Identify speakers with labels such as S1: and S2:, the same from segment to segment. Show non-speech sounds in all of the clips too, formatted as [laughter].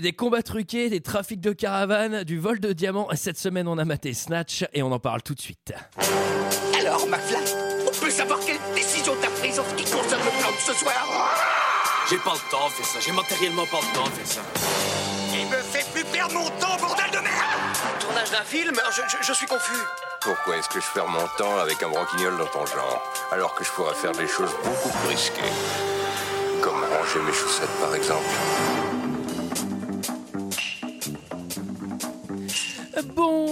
S1: Des combats truqués, des trafics de caravanes, du vol de diamants. Cette semaine, on a maté Snatch et on en parle tout de suite.
S2: Alors, McFly, on peut savoir quelle décision t'as prise en ce qui concerne le plan de ce soir
S3: J'ai pas le temps de faire ça, j'ai matériellement pas le temps de faire ça.
S2: Il me fait plus perdre mon temps, bordel de merde
S4: Tournage d'un film je, je- je suis confus.
S5: Pourquoi est-ce que je perds mon temps avec un broquignol dans ton genre, alors que je pourrais faire des choses beaucoup plus risquées Comme ranger mes chaussettes, par exemple.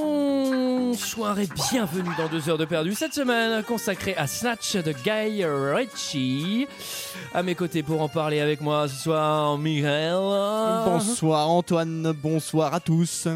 S1: Bonsoir et bienvenue dans 2 heures de perdu cette semaine consacrée à Snatch de Guy Ritchie. À mes côtés pour en parler avec moi ce soir, Michael.
S6: Bonsoir Antoine, bonsoir à tous.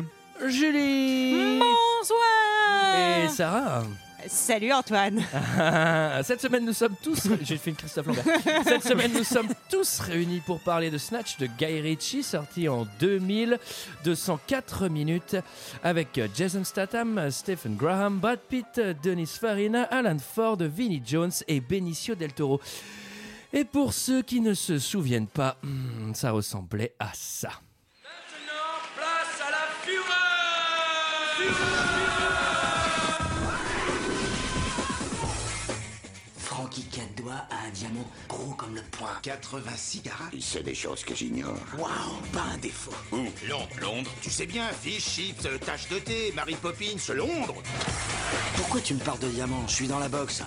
S1: Julie.
S7: Bonsoir
S1: Et Sarah.
S7: Salut Antoine
S1: Ah, [laughs] Cette semaine, nous sommes tous. J'ai fait une Christophe Lambert. Cette semaine, nous sommes tous réunis pour parler de Snatch de Guy Ritchie, sorti en 2000, 204 minutes, avec Jason Statham, Stephen Graham, Brad Pitt, Denis Farina, Alan Ford, Vinnie Jones et Benicio del Toro. Et pour ceux qui ne se souviennent pas, hmm, ça ressemblait à ça.
S3: Place à la fureur
S8: Frankie quatre doigts a un diamant gros comme le poing.
S2: 86 carats
S8: Il sait des choses que j'ignore.
S2: Waouh, pas un défaut.
S8: Où Londres, Londres.
S2: Tu sais bien, fish, chips, euh, tache de thé, Mary Poppins, Londres.
S8: Pourquoi tu me parles de diamant Je suis dans la boxe.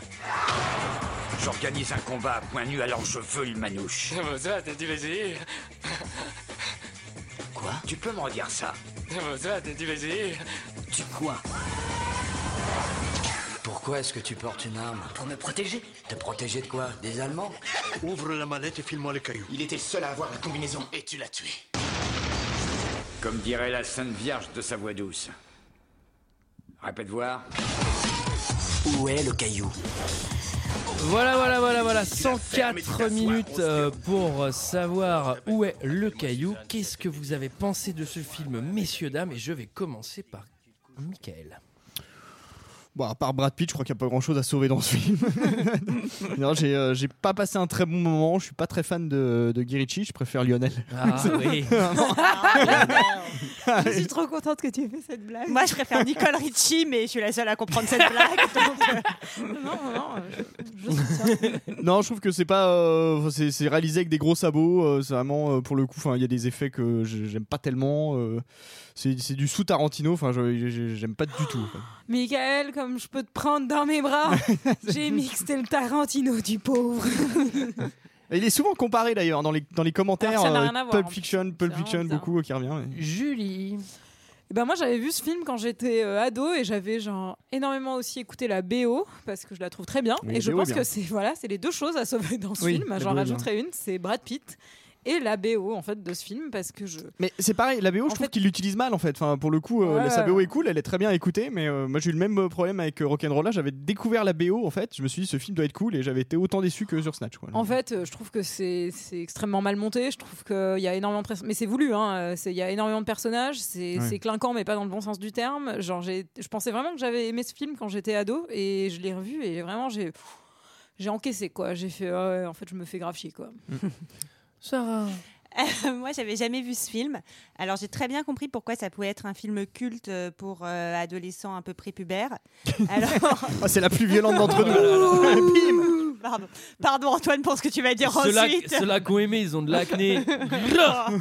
S8: J'organise un combat à point nu alors je veux le
S3: [laughs]
S8: manouche.
S3: ça, t'as dû l'essayer
S8: Quoi Tu peux me redire ça
S3: ça, t'as dû l'essayer
S8: Tu quoi Pourquoi est-ce que tu portes une arme Pour me protéger. Te protéger de quoi Des Allemands
S4: Ouvre la mallette et file-moi le caillou.
S2: Il était le seul à avoir la combinaison et tu l'as tué.
S8: Comme dirait la Sainte Vierge de sa voix douce. Répète voir. Où est le caillou
S1: Voilà, voilà, voilà, voilà. 104 minutes euh, pour savoir où est le caillou. Qu'est-ce que vous avez pensé de ce film, messieurs, dames Et je vais commencer par Michael.
S6: Bon, à part Brad Pitt, je crois qu'il n'y a pas grand chose à sauver dans ce film. non, j'ai euh, j'ai pas passé un très bon moment, je suis pas très fan de, de Guy Ritchie, je préfère Lionel.
S1: Ah oui.
S7: Je suis trop contente que tu aies fait cette blague. Moi, je préfère Nicole Richie, mais je suis la seule à comprendre cette blague. Non, non, non, je,
S6: non, je trouve que c'est pas. euh, enfin, c'est c'est réalisé avec des gros sabots, euh, c'est vraiment euh, pour le coup, enfin, il y a des effets que j'ai- j'aime pas tellement. euh, c'est c'est du sous Tarantino, enfin, je- je- j'aime pas du tout. en fait.
S9: [laughs] Michael, comme je peux te prendre dans mes
S7: [laughs]
S9: bras, j'ai mixé le Tarantino du pauvre.
S6: Et Il est souvent comparé d'ailleurs dans les, dans les commentaires.
S9: Alors, ça n'a rien
S6: euh,
S9: à voir, en
S6: Pulp
S9: plus.
S6: Fiction,
S9: C'est
S6: Pulp
S9: vraiment
S6: Fiction,
S9: bizarre.
S6: beaucoup euh, qui revient. mais-
S1: Julie.
S9: Et ben moi, j'avais vu ce film quand j'étais euh, ado et j'avais genre énormément aussi écouté la BO parce que je la trouve très bien.
S6: Oui,
S9: et je
S6: BO
S9: pense
S6: bien.
S9: que c'est voilà, c'est les deux choses à sauver dans ce
S6: Oui, la
S9: film.
S6: BO
S9: J'en
S6: est
S9: rajouterai une, c'est Brad Pitt et la BO en fait de ce film parce que je
S6: Mais c'est pareil, la BO, je
S9: En
S6: trouve
S9: fait-
S6: qu'il l'utilise mal en fait. Enfin, pour le coup, euh,
S9: Ouais.
S6: sa BO est cool, elle est très bien écoutée, mais euh, moi j'ai eu le même euh, problème avec euh, Rock'n'Roll là. J'avais découvert la BO en fait, je me suis dit ce film doit être cool et j'avais été autant déçu que sur Snatch. quoi.
S9: En fait, euh, je trouve que c'est c'est extrêmement mal monté. Je trouve qu'il y a énormément de pres- mais c'est voulu. hein, euh, c'est- Il y a énormément de personnages. C'est
S6: Ouais.
S9: c'est clinquant, mais pas dans le bon sens du terme. Genre, j'ai- je pensais vraiment que j'avais aimé ce film quand j'étais ado, et je l'ai revu et vraiment j'ai pff, j'ai encaissé quoi. J'ai fait Ah ouais, en fait, je me fais grave chier quoi.
S1: [laughs] Sarah.
S7: Euh, Moi, j'avais jamais vu ce film. Alors, j'ai très bien compris pourquoi ça pouvait être un film culte euh, pour euh, adolescents un
S6: [laughs]
S7: peu prépubères. Alors, [laughs]
S6: Ah, c'est la plus violente
S9: [laughs]
S6: d'entre nous.
S7: Ouh. pardon. pardon, Antoine, pour ce que tu vas dire
S1: Ceux-là
S7: ensuite. Oh.
S1: ceux-là qui ont aimé, ils ont de l'acné. Grrr.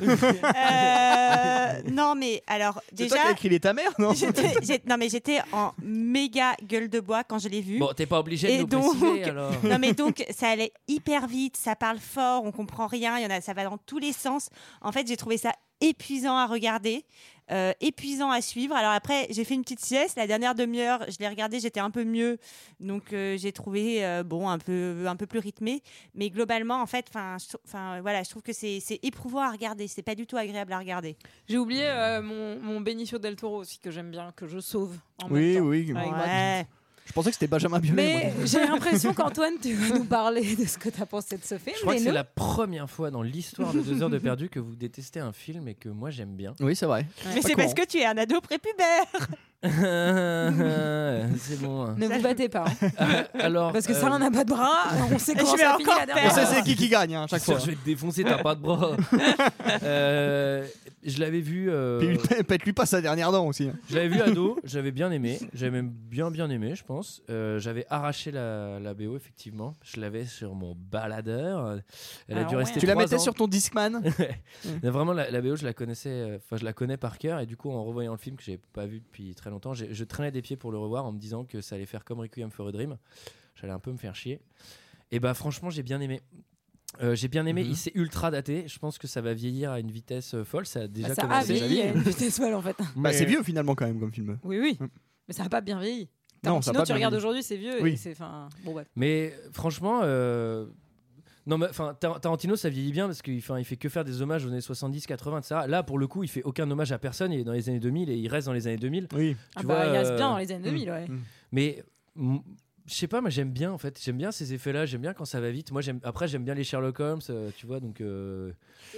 S7: Euh, non, mais alors,
S6: C'est toi
S7: déjà.
S6: qui as écrit les ta mère, non
S7: j'étais- j'ai- non mais j'étais en méga gueule de bois quand je l'ai vu.
S1: bon, t'es pas obligé
S7: Et
S1: de nous
S7: donc-
S1: préciser alors.
S7: [laughs] Non mais donc ça allait hyper vite, ça parle fort, on comprend rien, il y en a, ça va dans tous les sens. En fait, j'ai trouvé ça épuisant à regarder, euh, épuisant à suivre. Alors après, j'ai fait une petite sieste la dernière demi-heure, je l'ai regardé, j'étais un peu mieux, donc euh, j'ai trouvé euh, bon un peu un peu plus rythmé, mais globalement en fait, enfin enfin voilà, je trouve que c'est c'est éprouvant à regarder, c'est pas du tout agréable à regarder.
S9: J'ai oublié euh, mon, mon Benicio del Toro aussi que j'aime bien, que je sauve. [laughs] En
S6: Oui,
S9: même temps.
S6: oui.
S9: Avec Brad Pitt.
S7: Ouais.
S6: Je pensais que c'était Benjamin Biolay. moi.
S9: Mais j'ai l'impression qu'Antoine, tu vas nous parler de ce que tu as pensé de ce film.
S1: Je crois que
S9: et
S1: c'est
S9: nous-
S1: la première fois dans l'histoire de 2 heures de perdu que vous détestez un film et que moi j'aime bien. [laughs]
S6: Oui, c'est vrai.
S7: Mais c'est parce que tu es un ado prépubère.
S1: c'est bon.
S9: [laughs]
S1: hein.
S9: Ne vous battez pas. hein.
S1: Alors,
S9: Parce que
S1: euh,
S9: ça, on n'a pas de bras. On sait
S7: Je
S9: comment
S7: vais
S9: ça finit
S7: encore
S9: la
S6: On
S9: dernière
S6: sait
S9: fois.
S6: c'est qui qui gagne hein, à chaque
S1: Chaque fois,
S6: fois.
S1: je vais te défoncer, t'as pas de bras. Euh, je l'avais vu. euh,
S6: [laughs] Pète-lui pas sa dernière dent aussi. hein.
S1: Je l'avais vu ado, j'avais bien aimé, j'avais même bien bien aimé, je pense. Euh, j'avais arraché la, la BO effectivement, je l'avais sur mon baladeur. Elle a
S9: Ah
S1: dû
S9: ouais.
S1: rester.
S6: Tu la
S1: trois
S6: mettais
S1: ans.
S6: sur ton Discman
S1: Mais Vraiment, la, la BO, je la connaissais, euh, enfin, je la connais par cœur, et du coup, en revoyant le film que j'ai pas vu depuis très longtemps, j'ai- je traînais des pieds pour le revoir en me disant que ça allait faire comme Requiem for a Dream. J'allais un peu me faire chier. Et bah, franchement, j'ai bien aimé. Euh, j'ai bien aimé, il s'est ultra daté. Je pense que ça va vieillir à une vitesse euh, folle. Ça a déjà
S9: Bah, ça a
S1: commencé.
S9: vieilli à une vitesse folle en fait.
S6: Bah,
S1: Mais-
S6: c'est vieux finalement quand même comme film.
S9: Oui, oui.
S6: Mm.
S9: Mais ça n'a pas bien vieilli.
S6: Non, ça a
S9: Sinon,
S6: pas
S9: tu
S6: bien
S9: regardes
S6: vieilli.
S9: aujourd'hui, c'est vieux.
S6: Oui.
S9: Et c'est, enfin, bon, ouais.
S1: Mais franchement, euh, non, mais enfin, Tar- Tarantino, ça vieillit bien parce qu'il enfin, il fait que faire des hommages aux années 70, 80, etc. Là, pour le coup, il fait aucun hommage à personne. Il est dans les années 2000 et il reste dans les années 2000.
S6: Oui.
S9: Ah
S1: Tu
S9: bah,
S1: vois,
S9: il reste bien
S1: euh,
S9: dans les
S6: mm.
S9: années 2000, ouais.
S1: Mais mm, je sais pas, moi j'aime bien en fait. J'aime bien ces effets-là. J'aime bien quand ça va vite. Moi, j'aime. Après, j'aime bien les Sherlock Holmes. euh, tu vois, donc euh,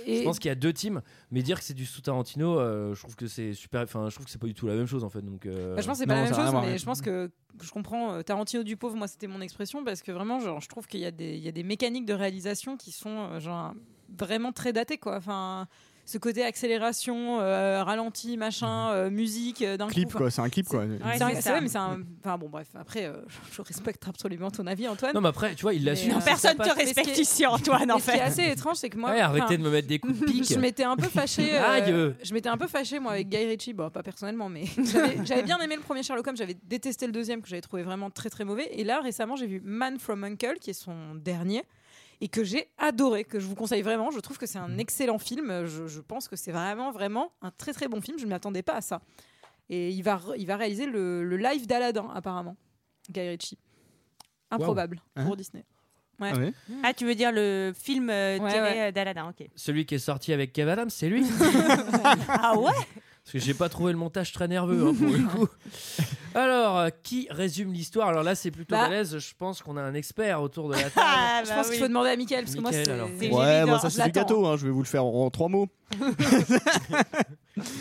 S9: Et
S1: je pense qu'il y a deux teams. Mais dire que c'est du sous Tarantino, euh, je trouve que c'est super. Enfin, je trouve que c'est pas du tout la même chose en fait. Donc, euh,
S9: bah, je pense que c'est pas
S6: non,
S9: la même
S6: ça a rien à
S9: chose,
S6: voir,
S9: mais
S6: ouais.
S9: je pense que je comprends euh, Tarantino du pauvre. Moi, c'était mon expression parce que vraiment, genre, je trouve qu'il y a des, il y a des mécaniques de réalisation qui sont euh, genre vraiment très datées, quoi. Enfin, ce côté accélération, euh, ralenti, machin, euh, musique, euh, d'un
S6: Mm-hmm. Clip
S9: coup,
S6: quoi, c'est un clip quoi.
S7: Ouais,
S9: C'est un-
S7: c'est
S9: c'est
S7: ça.
S9: vrai, mais c'est un. Enfin bon, bref. Après, euh, [laughs] je respecte absolument ton avis, Antoine.
S1: non, mais après, tu vois, il l'assume.
S9: Non,
S1: c'est
S7: Personne
S1: sympa.
S7: te
S9: Mais ce qui est-
S7: respecte [laughs] ici, Antoine, en
S9: Mais ce qui est
S7: fait.
S9: assez étrange, c'est que moi.
S1: Ouais, arrêtez
S9: enfin,
S1: de me mettre des coups de pique.
S9: [laughs] je m'étais un peu fâché.
S1: Aïe, euh.
S9: je m'étais un peu fâché moi avec Guy Ritchie, bon pas personnellement, mais [laughs] j'avais- j'avais bien aimé le premier Sherlock Holmes, j'avais détesté le deuxième que j'avais trouvé vraiment très très mauvais. Et là récemment j'ai vu Man from Uncle qui est son dernier et que j'ai adoré, que je vous conseille vraiment. Je trouve que c'est
S1: Mm.
S9: un excellent film. Je, je pense que c'est vraiment vraiment un très très bon film. Je ne m'attendais pas à ça. Et il va re- il va réaliser le, le live d'Aladin apparemment, Guy Ritchie. Improbable
S6: Hein
S9: pour Disney.
S6: Ah ouais
S7: Ah, tu veux dire le film euh,
S9: Ouais,
S7: tiré
S9: ouais.
S7: euh, d'Aladin, ok.
S1: Celui qui est sorti avec Kev Adams, c'est
S9: [laughs]
S1: lui.
S7: Ah ouais
S1: Parce que j'ai pas trouvé le montage très nerveux hein, pour le
S9: [laughs]
S1: coup. Alors, euh, qui résume l'histoire Alors là, c'est plutôt
S9: Bah.
S1: à l'aise. Je pense qu'on a un expert autour de la
S9: [laughs]
S1: table.
S7: Ah,
S9: je
S7: bah
S9: pense qu'il
S7: oui.
S9: faut demander à Michael parce que moi
S1: Michael,
S9: c'est
S1: alors.
S9: c'est-
S7: J'ai
S6: Ouais,
S7: mis
S6: moi
S7: dans-
S6: ça
S9: je
S6: c'est du
S9: l'attends,
S6: gâteau, hein, je vais vous le faire en trois mots.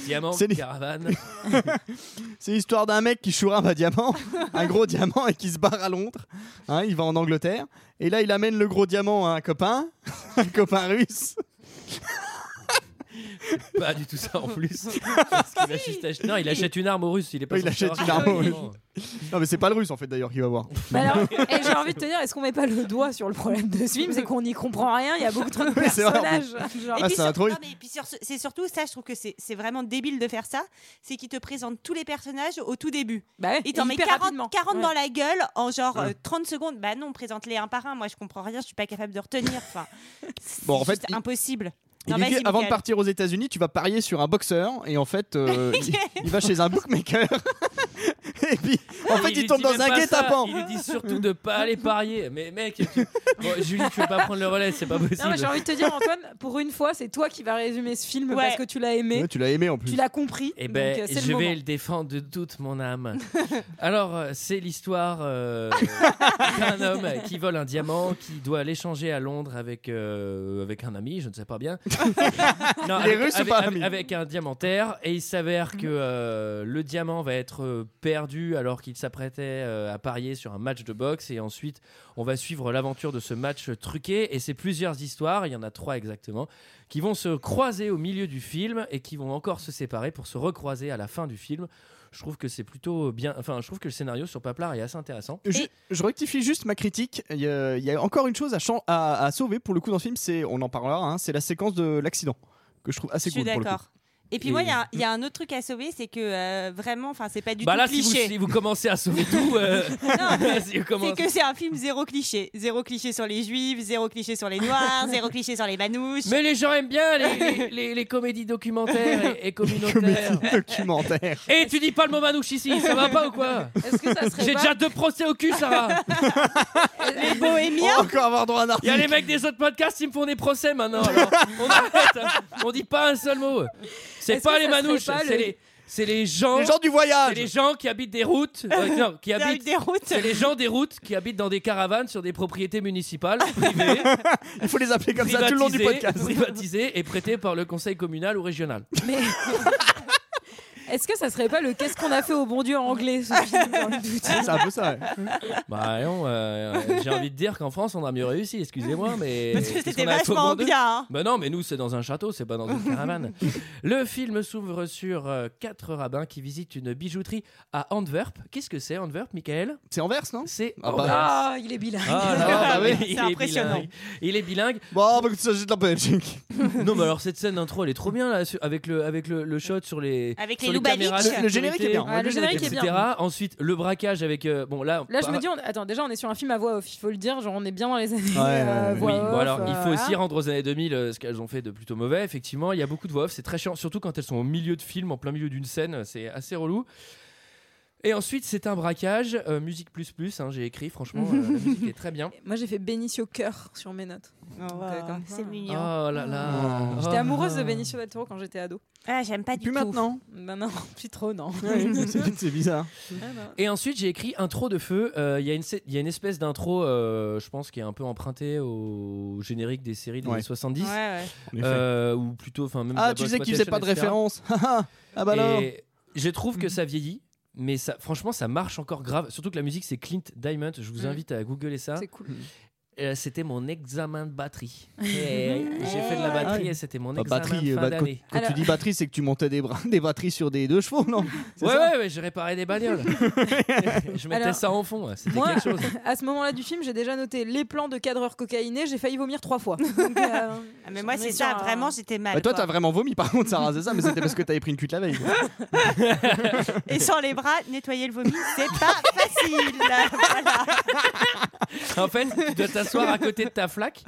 S1: Diamant,
S6: C'est lui.
S1: caravane.
S6: C'est l'histoire d'un mec qui chourave
S1: [laughs]
S6: un diamant, un gros diamant, et qui se barre à Londres. Hein, il va en Angleterre. Et là, il amène le gros diamant à un copain, [laughs] un copain russe.
S1: Pas du tout ça en
S9: [laughs]
S1: plus. Parce qu'il achète, ach- non, il achète une arme aux Russes. Il est pas
S6: Oui, il
S1: censé
S6: achète
S1: savoir
S6: une
S1: qu'il
S6: arme aux
S1: est
S6: Russes.
S1: allemand.
S6: Non, mais c'est pas le russe en fait d'ailleurs qui va voir. [laughs]
S9: Mais alors, eh, j'ai envie de te dire, est-ce qu'on met pas le doigt sur le problème de ce film C'est qu'on n'y comprend rien, il y a beaucoup trop de
S6: [laughs] Oui, c'est vrai, en
S9: personnages.
S6: [laughs]
S9: Genre,
S6: Ah,
S7: puis
S6: c'est un
S7: sur-
S6: troll.
S7: non, mais puis sur- c'est surtout ça, je trouve que c'est c'est vraiment débile de faire ça. C'est qu'ils te présentent tous les personnages au tout début.
S9: bah ouais,
S7: Ils t'en mettent
S9: hyper
S7: 40,
S9: rapidement.
S7: 40
S9: Ouais.
S7: dans la gueule en genre euh, 30 secondes. Bah non, présente-les un par un. Moi, je comprends rien, je suis pas capable de retenir. Enfin,
S6: Bon, en
S7: c'est
S6: fait,
S7: juste
S6: il-
S7: impossible.
S6: Il
S7: Non,
S6: lui
S7: vas-y,
S6: dit, avant de
S7: Michael.
S6: partir aux États-Unis, tu vas parier sur un boxeur et en fait, euh,
S1: [laughs]
S6: il, il va chez un bookmaker. [laughs] et puis, en fait, il,
S1: lui
S6: tombe
S1: dit
S6: dans
S1: même
S6: un
S1: pas
S6: guet-apens.
S1: ça, Il lui dit surtout de pas aller parier. Mais mec, tu- Bon, Julie, tu veux pas prendre le relais, c'est pas possible.
S9: Non, mais j'ai envie de
S6: [laughs]
S9: te dire, Antoine, pour une fois, c'est toi qui vas résumer ce film
S7: Ouais.
S9: parce que tu l'as aimé,
S6: Ouais, tu l'as aimé en
S9: tu
S6: plus.
S9: l'as compris.
S1: Eh
S9: donc,
S1: ben,
S9: euh, c'est
S1: je
S9: le
S1: vais
S9: moment.
S1: le défendre de toute mon
S9: [laughs]
S1: âme. Alors, euh, c'est l'histoire euh, d'un homme qui vole un diamant, qui doit l'échanger à Londres avec, euh, avec un ami, je ne sais pas
S6: [laughs]
S1: bien. non,
S6: Il est
S1: avec,
S6: russe ou
S1: avec-
S6: pas, Mhm.
S1: avec-
S6: l'ami
S1: avec un diamantaire, et il s'avère que euh, le diamant va être euh, perdu alors qu'il s'apprêtait euh, à parier sur un match de boxe, et ensuite, on va suivre l'aventure de ce match euh, truqué, et c'est plusieurs histoires, il y en a trois exactement qui vont se croiser au milieu du film et qui vont encore se séparer pour se recroiser à la fin du film. Je trouve que c'est plutôt bien. Enfin, je trouve que le scénario sur Paplar est assez intéressant.
S6: Je, je rectifie juste ma critique. Il y a, il y a encore une chose à, chan- à, à sauver pour le coup dans ce film, c'est, on en parlera, hein, c'est la séquence de l'accident que je trouve
S7: Je
S6: assez
S7: suis
S6: cool pour le coup.
S7: d'accord. Et puis moi, il y a- il y, a un autre truc à sauver, c'est que euh, vraiment, enfin, c'est pas du
S1: bah
S7: tout
S1: là, si vous,
S7: cliché.
S1: si vous commencez à sauver tout, euh, [laughs] si vous
S7: C'est
S1: commencez-
S7: que c'est un film zéro cliché. Zéro cliché sur les juifs, zéro cliché sur les noirs, zéro cliché sur les manouches.
S1: Mais les gens aiment bien les, les- les- les comédies documentaires et, et communautaires.
S6: Comédie documentaire.
S1: Et tu dis pas le mot manouche ici, ça va pas ou quoi
S9: Est-ce que
S1: [laughs]
S9: ça serait
S1: J'ai
S9: pas-
S1: déjà deux procès au cul, Sarah.
S7: Les bohémiens,
S6: encore avoir droit à un
S1: Il y a
S6: article.
S1: les mecs des autres podcasts qui me font des procès maintenant. alors. On arrête. hein. On dit pas un seul mot. C'est
S9: Est-ce
S1: pas les
S9: que ça serait
S1: manouches,
S9: pas
S1: c'est
S9: le-
S1: les, c'est les gens.
S6: Les gens du voyage.
S1: C'est les gens qui habitent des routes, euh, non, qui
S7: avec
S1: habitent.
S7: des routes.
S1: C'est les gens des routes qui habitent dans des caravanes sur des propriétés municipales, privées,
S6: Il faut les appeler comme ça tout le long du
S1: privatisées,
S6: podcast.
S1: privatisées et prêtées par le conseil communal ou régional.
S9: Mais- [laughs] Est-ce que ça serait pas le Qu'est-ce qu'on a fait au bon Dieu en anglais ce
S6: [laughs]
S9: film, dans le doute
S6: C'est un peu ça. ouais.
S1: [laughs] Bah non, euh, euh, j'ai envie de dire qu'en France, on a mieux réussi, excusez-moi, mais.
S7: [laughs] Parce que
S1: qu'est-ce
S7: c'était
S1: qu'on a fait au bon
S7: vachement
S1: Dieu
S7: bien. hein.
S1: Bah non, mais nous, c'est dans un château, c'est pas dans une
S7: [laughs]
S1: caravane. Le film s'ouvre sur euh, quatre rabbins qui visitent une bijouterie à Antwerp. Qu'est-ce que c'est, Antwerp, Michael
S6: C'est Anvers, non
S1: C'est.
S6: Ah bah.
S9: Ah, il est bilingue.
S1: Ah là là,
S6: Ah oui,
S1: il
S7: bah c'est
S1: est
S7: impressionnant.
S1: bilingue. Il est bilingue.
S6: Bon, bah, ça, j'ai de la Belgique.
S1: Non, mais alors cette scène d'intro, elle est trop bien là, su- avec le avec le, le shot sur les
S7: Avec
S1: sur
S7: les Lubavitch.
S1: caméras, de
S7: Le-
S1: sécurité,
S6: le générique est bien.
S9: Ouais, le générique est
S1: etc.
S9: bien.
S1: Ensuite, le braquage avec euh, bon là.
S9: Là, je
S1: bah,
S9: me dis, on- attends, déjà, on est sur un film à voix off, il faut le dire, genre, on est bien dans les années. euh,
S6: Ouais, ouais, ouais.
S1: Oui,
S9: voix
S1: bon,
S9: off,
S1: alors, il
S9: euh,
S1: faut
S9: voilà.
S1: aussi rendre aux années 2000 euh, ce qu'elles ont fait de plutôt mauvais. Effectivement, il y a beaucoup de voix off, c'est très chiant, surtout quand elles sont au milieu de film, en plein milieu d'une scène, c'est assez relou. Et ensuite, c'est un braquage, euh, musique plus plus, hein, j'ai écrit, franchement,
S9: [laughs]
S1: euh, la musique est très bien.
S9: Moi, j'ai fait Benicio Cœur sur mes notes.
S6: Ah.
S7: Oh,
S9: comme ça.
S7: c'est mignon.
S1: Oh là là.
S6: Oh.
S1: Oh
S9: J'étais amoureuse de
S1: là.
S9: Benicio del Toro quand j'étais ado. Ben
S7: Ah, j'aime pas du
S6: Plus
S7: tout.
S6: maintenant.
S9: Non, [laughs] non, plus trop, non.
S6: [laughs] Ah C'est c'est bizarre.
S9: Ah, non.
S1: Et ensuite, j'ai écrit intro de feu. Euh, Il y, a une sé- il y a une espèce d'intro, euh, je pense, qui est un peu empruntée au générique des séries des
S6: Ouais.
S1: années 70.
S7: Ouais, ouais.
S6: En effet.
S1: euh, ou plutôt, enfin, même. de
S6: Ah,
S1: la
S6: tu disais
S1: Black
S6: qu'il faisait pas de
S1: Exploitation, etc.
S6: référence. [laughs] Ah, ah, bah Mm. alors.
S1: Et je trouve que ça vieillit, mais ça, franchement, ça marche encore grave. Surtout que la musique, c'est Clint Diamond. Je vous
S9: Mm.
S1: invite à googler ça.
S9: C'est cool.
S1: Euh, C'était mon examen de
S9: [laughs]
S1: batterie. Et J'ai fait de la batterie
S6: Ah.
S1: et c'était mon
S6: Bah,
S1: examen
S6: batterie,
S1: de
S6: euh,
S1: fin
S6: bah, quand,
S1: d'année.
S6: quand tu
S9: Alors-
S6: dis batterie, c'est que tu montais des, bras, des batteries sur des deux chevaux, non C'est
S1: Ouais,
S6: ça
S1: ouais, ouais, j'ai réparé des bagnoles.
S6: [laughs]
S1: [laughs] je mettais
S9: Alors,
S1: ça en fond. ouais. C'était
S9: moi-
S1: quelque chose.
S9: À ce moment-là du film, j'ai déjà noté les plans de cadreurs cocaïnés, j'ai failli vomir trois fois. Donc,
S6: [laughs]
S9: euh,
S7: Ah, mais moi,
S9: on est
S7: c'est
S9: sur
S7: ça,
S9: un-
S7: vraiment, j'étais mal.
S9: Ah,
S6: Bah, toi,
S7: quoi.
S6: t'as vraiment vomi, par contre, Sarah, c'est ça, mais c'était parce que t'avais pris une cuite la veille. quoi.
S7: Et sans les bras, nettoyer le vomi, c'est
S1: [laughs]
S7: pas facile. Voilà.
S1: En fait, tu dois t'asseoir à côté de ta flaque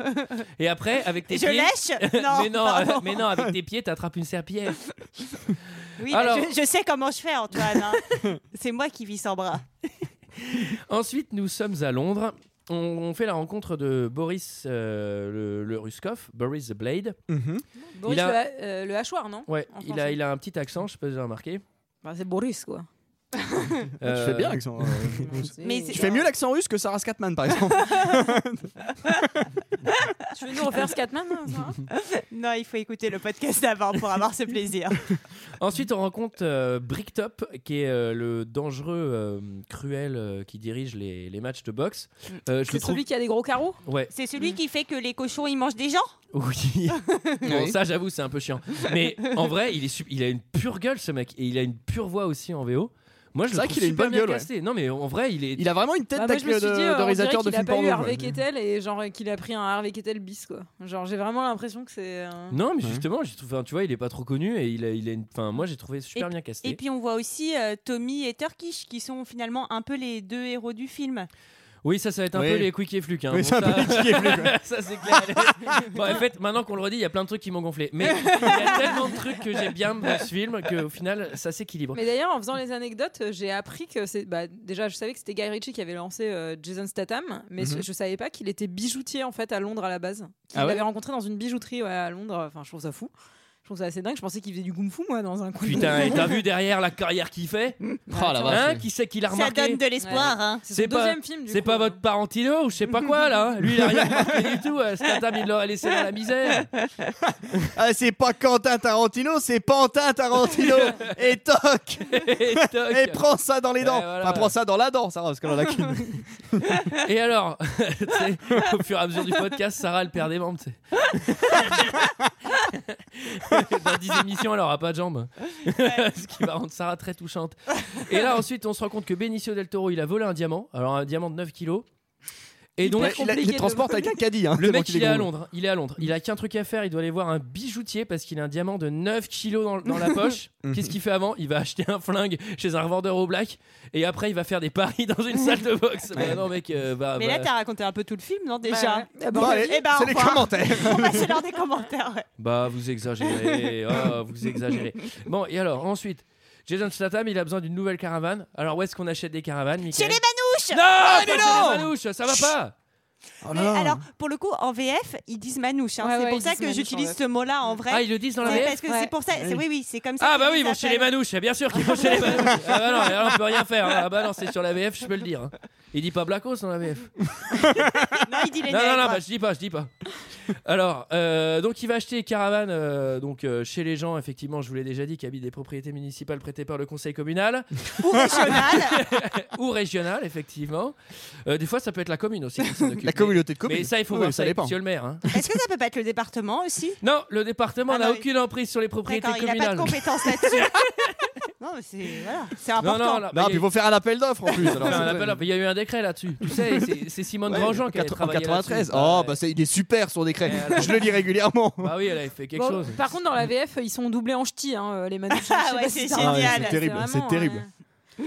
S1: et après, avec tes [laughs]
S7: Je
S1: pieds.
S7: lèche Non,
S1: mais, non
S7: pardon.
S1: euh, [laughs] mais non, avec tes pieds, t'attrapes une serpillière.
S7: Oui, bah,
S1: Alors-
S7: je, je sais comment je fais, Antoine.
S1: [laughs]
S7: hein. c'est moi qui vis sans bras.
S1: Ensuite, nous sommes à Londres. On, on fait la rencontre de Boris euh, le, le Ruskov, Boris the Blade.
S9: Boris
S1: Il a-
S9: le, ha- euh, le hachoir, non
S1: Ouais,
S9: En
S1: il a,
S9: français.
S1: il a un petit accent, je sais pas si vous avez remarqué.
S9: Bah, C'est Boris, quoi.
S6: Ah, Tu
S1: Euh,
S6: fais bien l'accent. euh, [laughs]
S7: Mais
S6: Tu fais mieux l'accent russe que Sarah Scatman, par exemple.
S9: Tu veux nous refaire Scatman hein, Sarah
S7: Non, il faut écouter le podcast d'avant pour avoir ce plaisir.
S1: Ensuite, on rencontre euh, Bricktop, qui est euh, le dangereux, euh, cruel euh, qui dirige les, les matchs de boxe. Euh, je le
S9: C'est
S1: trouve.
S9: celui qui a des gros carreaux
S1: Ouais,
S7: [laughs] C'est celui qui fait que les cochons, ils mangent des gens [laughs]
S1: oui. Bon,
S6: Oui.
S1: ça, j'avoue, c'est un peu chiant. Mais en vrai, il, est sup- il a une pure gueule, ce mec. Et il a une pure voix aussi en VO. Moi, je
S6: C'est
S1: le
S6: vrai
S1: trouve
S6: qu'il a une
S1: super
S6: bonne
S1: bien
S6: gueule, ouais.
S1: casté. Non, mais en vrai, il est.
S6: Il a vraiment une tête
S9: Bah, moi, je
S6: d'acteur
S9: me
S6: de,
S9: suis dit,
S6: de
S9: euh, on dirait
S6: réalisateur de
S9: qu'il a
S6: film
S9: pas eu
S6: porno.
S9: Harvey
S6: ouais.
S9: Keitel et genre qu'il a pris un Harvey Keitel bis, quoi. Genre, j'ai vraiment l'impression que c'est. euh,
S1: Non, mais
S6: Ouais.
S1: justement, j'ai trouvé, enfin, tu vois, il est pas trop connu et il a, il a une- enfin, moi, j'ai trouvé super bien casté.
S7: Et puis on voit aussi euh, Tommy et Turkish qui sont finalement un peu les deux héros du film.
S1: Oui, ça, ça va être un
S6: Oui.
S1: peu les quick et fluc. Hein.
S6: Oui,
S1: Bon,
S6: c'est un peu
S1: ça-
S6: le petit effet, quoi.
S1: [laughs] ça c'est clair. bon, en fait, maintenant qu'on le redit, il y a plein de trucs qui m'ont gonflé. Mais il y a tellement de trucs que j'aime bien dans ce film qu'au final, ça s'équilibre.
S9: Mais d'ailleurs, en faisant les anecdotes, euh, j'ai appris que c'est. Bah, déjà, je savais que c'était Guy Ritchie qui avait lancé euh, Jason Statham, mais
S6: Mhm.
S9: je, je savais pas qu'il était bijoutier en fait à Londres à la base. Qu'il
S6: Ah ouais
S9: l'avait rencontré dans une bijouterie ouais, à Londres. Enfin, je trouve ça fou. Je trouve ça assez dingue. Je pensais qu'il faisait du kung fu moi dans un coin. de-
S1: Putain, et t'as vu derrière la carrière qu'il fait
S6: Oh la vache.
S1: Hein Qui c'est qui l'a
S7: Ça
S1: remarqué
S7: donne de l'espoir. hein.
S9: C'est
S1: C'est
S9: son
S1: pas-
S9: deuxième film. du
S1: C'est
S9: coup,
S1: pas
S9: hein.
S1: votre Parentino ou je sais pas quoi là hein Lui il a rien remarqué du tout, euh, Statham il l'aurait laissé dans la misère.
S6: Ah, c'est pas Quentin Tarantino, c'est
S1: [laughs]
S6: Pantin Tarantino. Et toc
S1: Et, toc.
S6: Et prends ça dans les dents.
S1: Ouais, voilà.
S6: Enfin, prends ça dans la dent, Sarah, parce qu'elle
S1: [laughs]
S6: en a qu'une.
S1: Et alors, [laughs] tu sais, au fur et à mesure du podcast, Sarah elle perd des membres. tu sais. [laughs] Dans 10 émissions, elle aura pas de jambes. [laughs] Ce qui va rendre Sarah très touchante. Et là, ensuite, on se rend compte que Benicio del Toro, il a volé un diamant. Alors, un diamant de 9 kilos. Et donc,
S6: Ouais, il, a- il
S9: compliqué de-
S6: transporte avec un caddie. Hein,
S1: le
S6: tellement
S1: mec,
S6: qu'il
S1: il est à
S6: gros.
S1: Londres. Il est à Londres. Il a qu'un truc à faire. Il doit aller voir un bijoutier parce qu'il a un diamant de 9 kilos dans, dans
S6: [laughs]
S1: la poche.
S6: Mhm.
S1: Qu'est-ce qu'il fait avant Il va acheter un flingue chez un revendeur au black. Et après, il va faire des paris dans une salle de
S6: [laughs]
S1: boxe. Bah non, mec, euh, va-
S7: Mais
S1: va-
S7: là, t'as raconté un peu tout le film, non déjà
S9: ouais. Ah
S6: Bon, allez,
S7: Eh ben, au
S6: c'est les
S7: revoir.
S6: commentaires.
S7: On va c'est l'heure des commentaires. ouais.
S1: Bah, vous
S7: [laughs]
S1: exagérez, oh, vous exagérez. Bon, et alors, ensuite, Jason Statham, il a besoin d'une nouvelle caravane. Alors, où est-ce qu'on achète des caravanes,
S7: Chez
S1: Michael
S7: les manouches Ah,
S1: Non, pas
S6: dis
S1: chez
S6: donc
S1: les manouches, ça va pas
S6: Oh
S7: Mais
S6: là là.
S7: alors, pour le coup, en VF, ils disent manouche. hein.
S9: Ouais,
S7: c'est
S9: ouais,
S7: pour
S9: ils
S7: ça
S9: disent
S7: que
S9: manouche en
S7: j'utilise
S9: VF.
S7: ce mot-là en vrai.
S1: Ah, ils le disent dans la
S7: C'est
S1: VF
S7: parce que
S9: Ouais.
S7: c'est pour ça. c'est- Oui, oui, c'est comme ça.
S1: Ah, bah
S7: qu'ils
S1: oui, ils vont chez les
S7: appellent. [laughs]
S1: manouches, bien sûr qu'ils vont chez les manouches. Ah, bah non, alors, on peut rien faire. hein. Ah, bah non, c'est sur la VF, je peux le dire. hein. Il dit pas Blackos dans la VF.
S7: Non, il dit
S1: [laughs]
S7: les
S1: Non, non, non,
S7: nègres.
S1: bah, je dis pas, je dis pas. Alors, euh, donc il va acheter Caravane euh, donc, euh, chez les gens, effectivement, je vous l'ai déjà dit, qui habitent des propriétés municipales prêtées par le conseil
S6: [laughs]
S1: communal
S7: Ou régional.
S1: [laughs] ou régional, effectivement. Euh, des fois, ça peut être la commune aussi. qui
S6: [laughs]
S1: s'en occupe.
S6: La communauté de
S1: Mais
S6: communes.
S1: ça, il faut
S6: Oui,
S1: voir
S6: ça
S1: ça avec
S6: dépend.
S1: monsieur le maire. hein.
S7: Est-ce que ça peut pas être le département aussi
S1: Non, le département
S7: Ah
S1: n'a
S7: non,
S1: aucune emprise sur les propriétés
S7: D'accord, il n'a
S1: communales.
S7: pas de compétences là-dessus.
S1: [laughs]
S7: non, mais c'est voilà, c'est
S1: non,
S7: important.
S1: non, là,
S6: Non,
S1: il y
S6: puis
S1: a-
S6: il faut faire un appel d'offres en plus. alors
S1: Enfin,
S6: c'est-
S1: un appel, il y a eu un décret là-dessus. Tu sais, c'est- c'est Simone
S6: Ouais,
S1: Grandjean qui a
S6: quatre- en
S1: travaillé
S6: 93.
S1: là-dessus.
S6: Oh,
S1: Ouais.
S6: bah c'est- il est super son décret.
S1: Et alors-
S6: Je le lis régulièrement.
S1: [laughs] Bah oui, elle avait fait quelque
S9: Bon,
S1: chose.
S9: Par contre, dans la VF, ils sont doublés en ch'ti, hein, euh, les
S7: [laughs]
S9: manouches. Je sais
S7: Ah
S9: pas
S7: ouais,
S9: si
S7: c'est
S9: t'as
S7: génial.
S9: remarqué,
S7: C'est
S6: terrible,
S9: vraiment,
S6: c'est terrible.
S9: euh,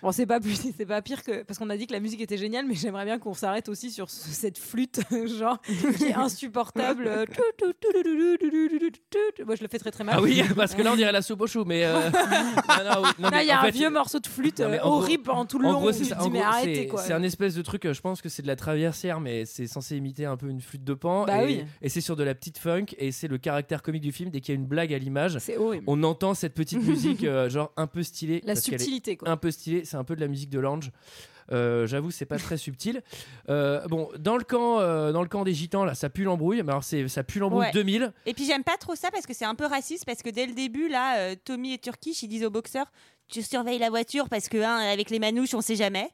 S9: Bon, c'est pas, plus- c'est pas pire que. Parce qu'on a dit que la musique était géniale, mais j'aimerais bien qu'on s'arrête aussi sur ce- cette flûte, [laughs] genre, qui est insupportable.
S1: [laughs]
S9: euh, tout, tout, tout, tout, tout, tout, tout, tout, tout, tout. Moi, je le fais très très mal.
S1: Ah oui, [laughs] parce que là on dirait la soupe au chou, mais.
S9: [laughs]
S1: euh, non, non, oui, non,
S9: Là,
S1: mais
S9: il y a
S1: en
S9: un
S1: fait,
S9: vieux morceau de flûte
S1: Non, mais
S9: euh,
S1: en gros-
S9: horrible pendant tout le
S1: En
S9: long.
S1: gros,
S9: où
S1: c'est
S9: tu te
S1: ça. En
S9: dis, mais
S1: gros,
S9: arrêtez
S1: c'est
S9: quoi.
S1: c'est un espèce de truc, euh, je pense que c'est de la traversière, mais c'est censé imiter un peu une flûte de pan.
S9: Bah
S1: et
S9: oui.
S1: et c'est sur de la petite funk, et c'est le caractère comique du film. Dès qu'il y a une blague à l'image,
S9: C'est horrible.
S1: on entend cette petite
S9: [laughs]
S1: musique, euh, genre un peu stylée.
S9: La
S1: parce qu'elle est
S9: subtilité quoi.
S1: un peu stylé. C'est un peu de la musique de l'ange. Euh, J'avoue, c'est pas très subtil. Euh, bon, dans le camp, euh, dans le camp des gitans, là, ça pue l'embrouille. Mais alors, c'est ça pue l'embrouille
S7: Ouais.
S1: 2000.
S7: Et puis j'aime pas trop ça parce que c'est un peu raciste parce que dès le début là, euh, Tommy et Turkish ils disent au boxeur tu surveilles la voiture parce que hein, avec les manouches on sait jamais.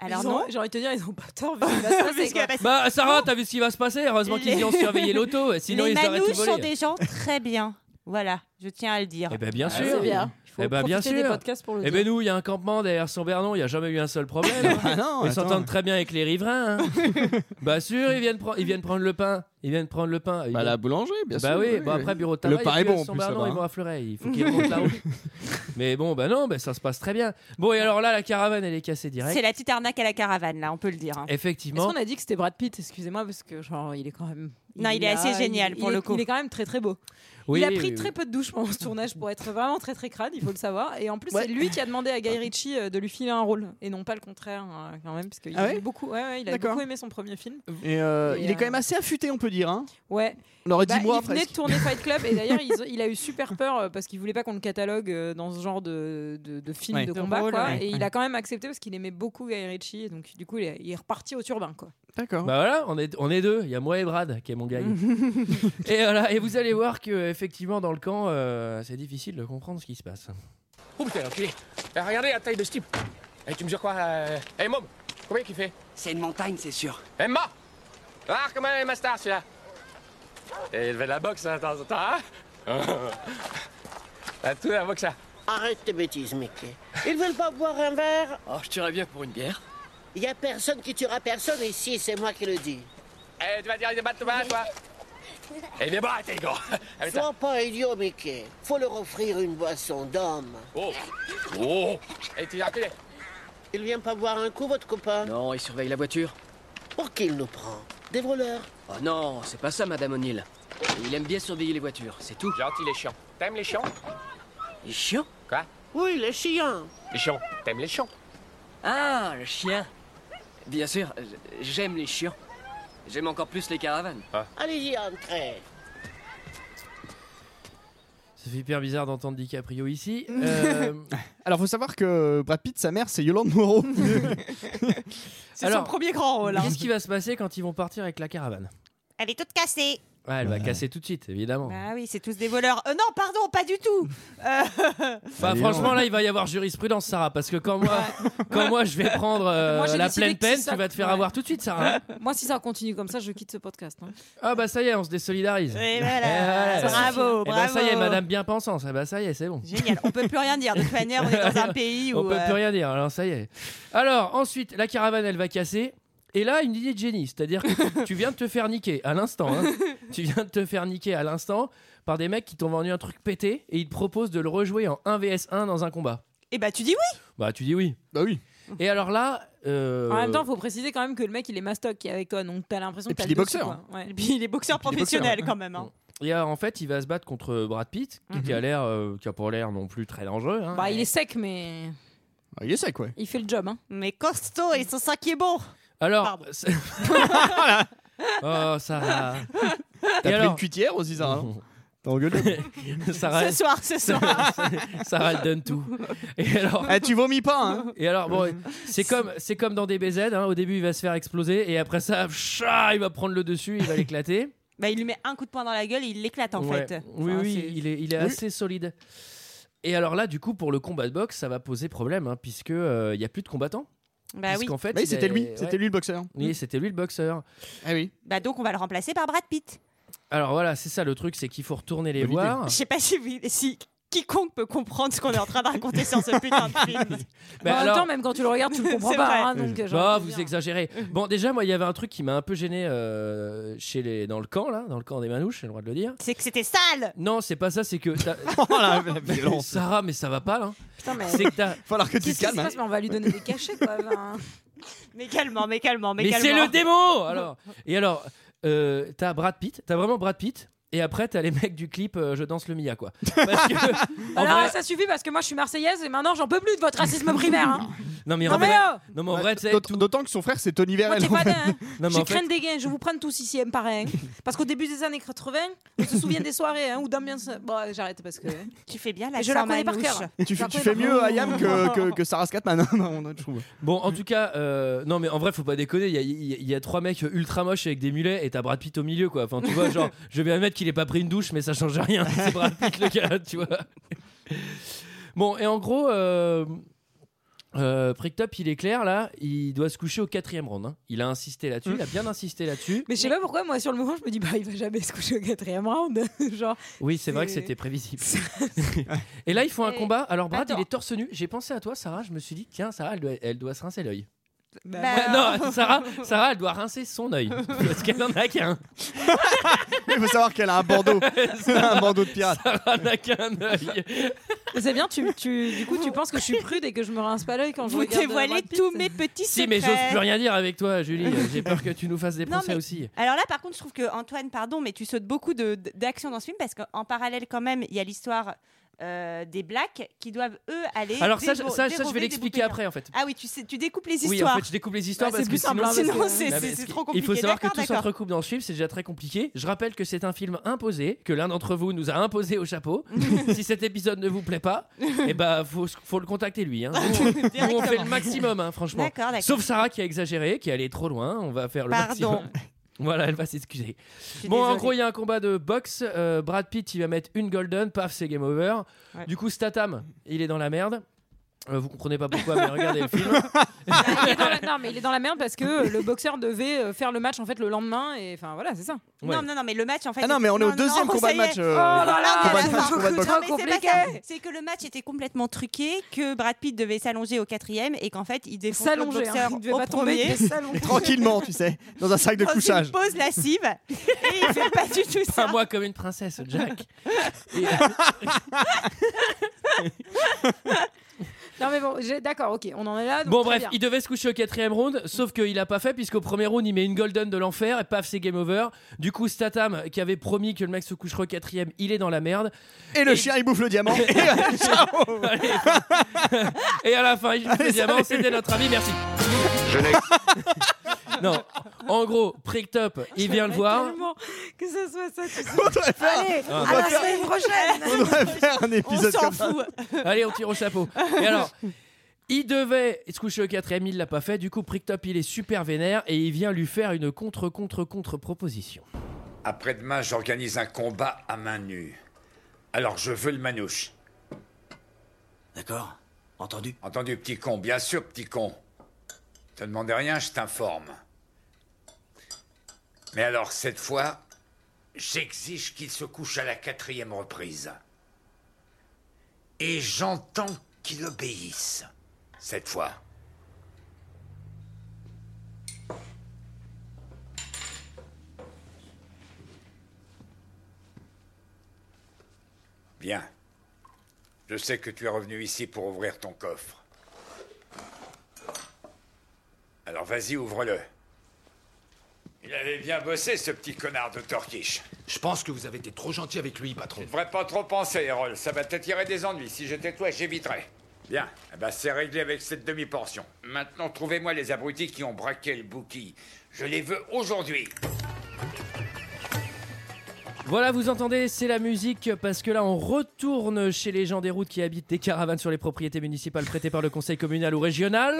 S7: Alors
S9: Ils
S1: [laughs]
S9: ont-
S7: non.
S9: J'ai envie de te dire, ils ont pas
S7: [laughs]
S9: tort. vu ce qui va se passer,
S7: Parce que-
S9: quoi.
S7: parce que
S1: Bah, Sarah, t'as vu ce qui va se passer Heureusement qu'ils
S7: Les-
S1: ont surveillé l'auto. Sinon,
S7: les
S1: ils auraient tout
S7: manouches
S1: volé.
S7: sont des gens très bien. Voilà, je tiens à le dire.
S1: Eh ben, bien
S9: Ah, c'est
S1: sûr.
S9: bien. Il faut
S1: Eh ben, bien
S9: profiter des
S1: sûr.
S9: podcasts pour le
S1: Eh
S9: dire.
S1: ben nous, il y a un campement derrière son Bernon. Il y a jamais eu un seul problème.
S6: [laughs] Ah non,
S1: Ils
S6: attends.
S1: s'entendent très bien avec les riverains. hein. bah sûr, ils viennent, pre- ils viennent prendre le pain. Ils viennent prendre le pain. Ils
S6: Bah,
S1: viennent-
S6: la boulangerie, bien sûr.
S1: Bah oui, bon après bureau de
S6: Le
S1: tabac.
S6: pain
S1: et
S6: est
S1: puis,
S6: bon,
S1: euh,
S6: en
S1: son
S6: plus, hein.
S1: Bernon,
S6: là-bas,
S1: ils vont à Fleuret.
S6: [laughs]
S1: Il faut qu'ils remontent là-haut. Mais bon, bah non, bah ça se passe très bien. Bon, et alors là, la caravane, elle est cassée direct.
S7: C'est la petite arnaque à la caravane là, on peut le dire. hein.
S9: Est-ce
S1: Effectivement.
S9: qu'on a dit que c'était Brad Pitt Excusez-moi, parce que genre, il est quand même.
S7: Non, il est
S9: a-
S7: assez génial,
S9: il-
S7: pour
S9: il
S7: le
S9: est-
S7: coup.
S9: Il est quand même très très beau.
S1: Oui,
S9: il a
S1: oui,
S9: pris
S1: oui,
S9: très
S1: oui.
S9: peu de douche pendant ce tournage pour être vraiment très très crade, il faut le savoir. Et en plus,
S6: Ouais.
S9: c'est lui qui a demandé à Guy Ritchie euh, de lui filer un rôle et non pas le contraire hein, quand même, parce qu'il
S6: Ah ouais
S9: aimait beaucoup. ouais, ouais, il a
S6: D'accord.
S9: beaucoup aimé son premier film.
S6: Et, euh,
S9: Et,
S6: il est quand
S9: euh,
S6: même assez affûté, on peut dire. Hein.
S9: Ouais.
S6: On aurait
S9: Bah,
S6: dit moi
S9: il venait de tourner Fight Club et d'ailleurs ils ont- il, a eu super peur euh, parce qu'il voulait pas qu'on le catalogue euh, dans ce genre de, de, de film
S6: Ouais.
S9: de
S6: De
S9: combat
S6: rôle,
S9: quoi.
S6: ouais.
S9: et il a quand même accepté parce qu'il aimait beaucoup Guy Ritchie et donc du coup il est, il est reparti au turbin quoi.
S6: D'accord.
S1: Bah voilà, on est, on est deux. Il y a moi et Brad, qui est mon gars.
S9: [laughs]
S1: et voilà, et vous allez voir que effectivement dans le camp, euh, c'est difficile de comprendre ce qui se passe.
S3: Oh putain, l'enculé. Eh, regardez la taille de ce type. Eh, tu mesures quoi euh, Eh, môme, combien qu'il fait
S2: C'est une montagne, c'est sûr.
S3: Emma Ah, comment est ma star, celui-là Et il fait de la boxe, hein, de temps en temps, [laughs] hein Ah, tout la boxe, ça.
S10: Arrête tes bêtises, Mickey. Ils veulent pas boire un verre
S3: Oh, je tirais bien pour une bière.
S10: Il a personne qui tuera personne ici, c'est moi qui le dis.
S3: Eh, tu vas dire, il débat de Thomas, toi Eh, viens, bah, t'es gros Ah, mais ça-
S10: Sois pas idiot, Mickey. Faut leur offrir une boisson d'homme.
S3: Oh Oh Eh, tu es enculé
S10: Il vient pas boire un coup, votre copain
S2: Non, il surveille la voiture.
S10: Pour qui il nous prend Des voleurs
S2: Oh non, c'est pas ça, Madame O'Neill. Il aime bien surveiller les voitures, c'est tout.
S3: Gentil, les chiants. T'aimes les chiants
S2: Les chiens
S3: Quoi
S10: Oui, les chiens.
S3: Les chiants. T'aimes les chiants
S2: Ah, le chien Bien sûr, euh, j'aime les chiens. J'aime encore plus les caravanes.
S10: Allez-y, entrez.
S1: Ça fait hyper bizarre d'entendre DiCaprio [laughs] ici. Euh,
S6: Alors, faut savoir que Brad Pitt, sa mère, c'est Yolande Moreau.
S9: C'est son
S1: Alors,
S9: premier grand rôle. hein.
S1: qu'est-ce qui va se passer quand ils vont partir avec la caravane
S7: Elle est toute cassée.
S1: Ouais, elle va casser tout de suite, évidemment.
S7: Bah oui, c'est tous des voleurs. Euh, non, pardon, pas du
S1: [laughs]
S7: tout.
S1: Bah,
S6: Allez,
S1: franchement,
S6: on-
S1: là, il va y avoir jurisprudence, Sarah, parce que quand moi, [laughs] quand moi je vais prendre euh,
S9: Moi, j'ai
S1: la
S9: décidé
S1: pleine
S9: que si
S1: peine,
S9: ça-
S1: tu vas te faire
S9: ouais.
S1: avoir tout de suite, Sarah. [laughs] hein.
S9: Moi, si ça continue comme ça, je quitte ce podcast. hein.
S1: ah bah ça y est, on se désolidarise.
S7: Et
S1: Eh
S7: voilà.
S1: ouais.
S7: Bravo, bravo.
S1: Eh bah ça y est, Madame bien pensance. Eh bah ça y est, c'est bon.
S7: Génial. On peut plus rien dire. De toute manière, on est dans un pays où.
S1: On peut
S7: euh,
S1: plus rien dire. Alors ça y est. Alors ensuite, la caravane, elle va casser. Et là, une idée de génie, c'est-à-dire que tu- tu viens de te faire niquer à l'instant.
S9: [laughs]
S1: hein. tu viens de te faire niquer à l'instant par des mecs qui t'ont vendu un truc pété et ils te proposent de le rejouer en 1 vs 1 dans un combat.
S7: Eh bah tu dis oui.
S1: Bah tu dis oui.
S6: bah oui.
S1: Et alors là, euh,
S9: En même temps, faut préciser quand même que le mec, il est mastoc qui est avec toi, donc t'as l'impression
S6: Et
S9: que t'as
S6: puis
S9: le
S6: il est
S9: dessus,
S6: boxeur.
S1: hein.
S9: quoi. Ouais.
S7: Et puis il est
S6: puis,
S7: boxeur
S6: il est boxeur.
S7: professionnel quand même. hein.
S1: Et alors, en fait, il va se battre contre Brad Pitt, qui- qui a l'air, euh, qui a pas l'air non plus très dangereux. hein.
S9: Mhm. Bah, il est sec, mais
S6: Ah, il est sec, ouais.
S9: il fait le job. hein.
S7: Mais costaud, et son sang qui est bon.
S1: Alors,
S7: Pardon.
S1: c'est- [laughs] oh ça. va.
S6: T'as
S1: Et
S6: pris
S1: alors [laughs]
S6: une cuitière aussi, ça. hein
S1: Mhm.
S6: T'as engueulé
S1: Sarah,
S7: Ce soir, ce soir.
S1: [laughs] Sarah, elle donne tout. Et alors,
S6: Eh, Tu vomis pas, hein
S1: Et alors, bon, c'est comme, c'est comme dans DBZ, hein, au début il va se faire exploser et après ça, pcha, il va prendre le dessus, il va l'éclater.
S7: Bah, il lui met un coup de poing dans la gueule et il l'éclate en
S1: Ouais.
S7: fait.
S1: Oui,
S7: Enfin,
S1: oui,
S7: c'est-
S1: il est, il est
S6: Oui.
S1: assez solide. Et alors là, du coup, pour le combat de boxe, ça va poser problème, hein, puisque euh, il n'y a plus de combattants.
S7: Bah oui.
S1: puisqu'en fait,
S6: Oui,
S1: il
S6: c'était
S1: est-
S6: lui,
S1: ouais.
S6: c'était lui le boxeur.
S1: Oui, c'était lui le boxeur.
S6: Ah oui.
S7: Bah donc on va le remplacer par Brad Pitt.
S1: Alors voilà, c'est ça le truc, c'est qu'il faut retourner les
S6: Bonne
S1: voir.
S7: Je sais pas si, vous- si quiconque peut comprendre ce qu'on est en train de raconter sur ce putain de
S1: [laughs]
S7: film.
S1: Mais
S9: en
S1: alors-
S9: même temps, même quand tu le regardes, tu le comprends
S7: C'est vrai.
S9: pas. hein, donc, euh, j'ai
S1: Bah,
S9: envie
S1: vous
S9: de dire.
S1: exagérez. Bon, déjà, moi, il y avait un truc qui m'a un peu gêné euh, chez les, dans le camp, là, dans le camp des manouches, j'ai le droit de le dire.
S7: C'est que c'était sale.
S1: Non, c'est pas ça, c'est que. t'as-
S6: Oh [laughs] la, la violence.
S1: Sarah, mais ça va pas, là.
S9: Putain, mais
S1: C'est que
S9: [laughs]
S1: t'as.
S6: Falloir que tu
S9: qu'est-ce
S6: te
S9: qui se
S6: calmes. hein.
S9: passe Mais on va hein. lui donner des cachets, quoi. enfin.
S7: Mais calmement, mais calmement, mais,
S1: Mais c'est
S7: calmement.
S1: le démo alors. Et alors, euh, t'as Brad Pitt, t'as vraiment Brad Pitt, et après t'as les mecs du clip euh, Je danse le Mia quoi. Parce
S9: [laughs]
S1: que, en
S9: Alors,
S1: vrai-
S9: ça suffit parce que moi, je suis marseillaise et maintenant, j'en peux plus de votre racisme primaire. hein.
S1: non mais en
S9: Non, mais
S1: vrai,
S9: oh
S1: non mais en vrai, tu sais,
S6: D'aut-
S1: tout-
S6: Bah, D'autant que son frère c'est Tony
S9: Moi,
S6: Verrel.
S9: t'es
S6: en
S9: pas
S6: fait.
S9: dingue. hein.
S1: non, mais
S9: Je
S1: en fait-
S9: crains des gains, je vous prends tous ici, un par un. Parce qu'au début des années 80, on se souvient des soirées hein, où Damien. se- Bon, j'arrête parce que.
S7: Tu fais bien [laughs] la
S9: je la connais par
S7: manouche.
S9: cœur.
S6: [laughs] Tu, fais-
S9: Par
S6: tu
S9: contre,
S6: fais mieux à Yam que, que, que Sarah Scatman, hein, non, non, je trouve. [laughs]
S1: bon, en tout cas, euh, non mais en vrai, faut pas déconner. Il y a- il y, a- il y a trois mecs ultra moches avec des mulets, et t'as Brad Pitt au milieu quoi. Enfin, tu
S9: [laughs]
S1: vois, genre, je vais admettre qu'il ait pas pris une douche, mais ça change rien. C'est Brad Pitt le gars, tu vois. Bon, et en gros. Euh... euh, Pricktup, il est clair là, il doit se coucher au quatrième round. hein. Il a insisté là-dessus, il a bien insisté là-dessus.
S9: Mais je sais pas pourquoi, moi, sur le moment, je me dis, bah, il va jamais se coucher au quatrième round. [laughs] Genre,
S1: Oui, c'est vrai que
S9: C'est-
S1: c'était
S9: [laughs]
S1: prévisible. et là, ils font un
S9: Et-
S1: combat. Alors, Brad,
S9: Attends.
S1: il est torse nu. J'ai pensé à toi, Sarah. Je me suis dit, tiens, Sarah, elle doit, elle doit se rincer l'œil.
S9: bah,
S7: Bah,
S9: voilà.
S1: non, Sarah, Sarah, elle doit rincer son
S7: [laughs]
S1: œil. parce qu'elle en a qu'un.
S6: Il faut savoir qu'elle a un bandeau, un bandeau de pirate.
S1: Sarah n'a qu'un œil.
S9: C'est bien, tu, tu- du coup, tu penses que je suis [laughs] prude et que je me rince pas l'œil quand je
S7: Vous
S9: regarde. euh,
S7: dévoilez
S9: Brad Pitt.
S7: tous mes petits
S1: Si,
S7: secrets.
S1: mais j'ose plus rien dire avec toi,
S7: [laughs]
S1: Julie. J'ai peur que tu nous fasses des
S7: Non,
S1: procès
S7: mais-
S1: aussi.
S7: Alors là, par contre, je trouve que Antoine, pardon, mais tu sautes beaucoup de- d- d'actions dans ce film parce qu'en parallèle, quand même, il y a l'histoire euh, des blacks qui doivent eux aller.
S1: Alors, ça, je-
S7: dévo-
S1: ça, ça, je
S7: dérober
S1: vais
S7: des
S1: l'expliquer
S7: bouquins.
S1: après, en fait.
S7: Ah oui, tu sais, tu découpes les
S1: Oui, en
S7: histoires.
S1: fait, je découpe les
S7: Ah,
S1: histoires
S9: Ouais,
S1: parce
S9: c'est
S1: que
S9: plus
S1: sinon,
S9: simple, hein,
S1: c'est-
S9: parce
S7: Sinon,
S9: que-
S7: c'est
S1: Non, mais
S7: c'est- c'est
S1: ce
S7: trop
S1: qui- Il
S7: compliqué.
S1: faut savoir que
S7: D'accord,
S1: tout se
S7: d'accord.
S1: recoupe dans le chiffre, c'est déjà très compliqué. Je rappelle que c'est un film imposé, que l'un d'entre vous nous a imposé au
S7: [laughs]
S1: chapeau. si cet épisode ne vous plaît pas, eh ben, faut, faut le contacter lui. hein. Nous, [laughs] on- nous, on fait le maximum, hein, franchement.
S7: D'accord, d'accord.
S1: Sauf Sarah qui a exagéré, qui est allée trop loin. On va faire le
S7: Pardon.
S1: maximum. Voilà, elle va s'excuser.
S7: Je suis
S1: Bon, en
S7: désolée.
S1: gros, il y a un combat de boxe. Euh, Brad Pitt, il va mettre une golden. Paf, c'est game over.
S7: Ouais.
S1: Du coup, Statham, il est dans la merde. Euh, vous comprenez pas pourquoi, mais regardez le film.
S9: Ah, il est dans la- Non, mais il est dans la merde parce que le boxeur devait euh, faire le match en fait le lendemain et enfin voilà, c'est ça.
S1: Ouais.
S7: Non, non, non, mais le match en fait.
S6: Ah non, mais on est au deuxième
S7: non,
S6: combat
S7: ça
S6: de
S7: y est.
S6: match.
S9: Oh
S6: euh,
S9: là là,
S6: combat
S9: mais
S6: de
S9: là,
S6: match,
S9: c'est
S6: combat de boxe.
S9: trop
S7: Non, mais c'est pas
S9: compliqué.
S7: ça. C'est que le match était complètement truqué, que Brad Pitt devait s'allonger au quatrième et qu'en fait il défonce le
S9: S'allonger, hein.
S7: boxeur
S9: il devait
S7: au
S9: pas tomber, il
S7: premier.
S9: devait [laughs] s'allonger.
S6: Tranquillement, tu sais, dans un sac de
S7: dans
S6: couchage.
S7: Oh, une pause
S1: [laughs]
S7: lascive et il fait pas du tout
S1: Pas
S7: ça.
S1: moi comme une princesse, Jack. Et-
S9: Non mais bon, j'ai- d'accord, ok, on en est là. donc
S1: Bon
S9: très
S1: bref,
S9: bien.
S1: il devait se coucher au quatrième round, sauf qu'il a pas fait puisqu'au premier round il met une golden de l'enfer et paf c'est game over. Du coup Statham qui avait promis que le mec se coucherait au quatrième, il est dans la merde.
S6: Et le chien, il bouffe le diamant. Et, euh, ciao.
S1: Et à la fin il joue
S6: Allez,
S1: le diamant,
S6: salut.
S1: c'était notre ami, merci.
S5: Je n'ai
S1: Non, en gros Prick Top, il vient le voir.
S9: Tellement que ça soit ça, tu sais.
S6: On devrait faire,
S9: Allez,
S1: Ah,
S9: à
S6: bah,
S9: la
S6: faire-
S9: semaine prochaine.
S6: on devrait faire un
S7: On
S6: épisode
S7: s'en
S6: comme ça.
S7: fout.
S1: Allez on tire au chapeau. Et alors il devait se coucher au quatrième, il l'a pas fait. Du coup Prick Top il est super vénère et il vient lui faire une contre contre contre proposition.
S8: Après-demain, j'organise un combat à main nue. Alors je veux le manouche.
S2: D'accord, entendu.
S8: Entendu, petit con, bien sûr, petit con. Te demandais rien, je t'informe. Mais alors, cette fois, j'exige qu'il se couche à la quatrième reprise. Et j'entends qu'il obéisse. Cette fois. Bien. Je sais que tu es revenu ici pour ouvrir ton coffre. Alors vas-y, ouvre-le. Il avait bien bossé, ce petit connard de Turkish.
S11: Je pense que vous avez été trop gentil avec lui, patron.
S8: Tu devrais pas trop penser, Erol. Ça va t'attirer des ennuis. Si j'étais toi, j'éviterais. Bien, eh ben, c'est réglé avec cette demi-portion. Maintenant, trouvez-moi les abrutis qui ont braqué le bouki. Je les veux aujourd'hui.
S1: Voilà, vous entendez, c'est la musique parce que là, on retourne chez les gens des routes qui habitent des caravanes sur les propriétés municipales prêtées par le conseil communal ou régional.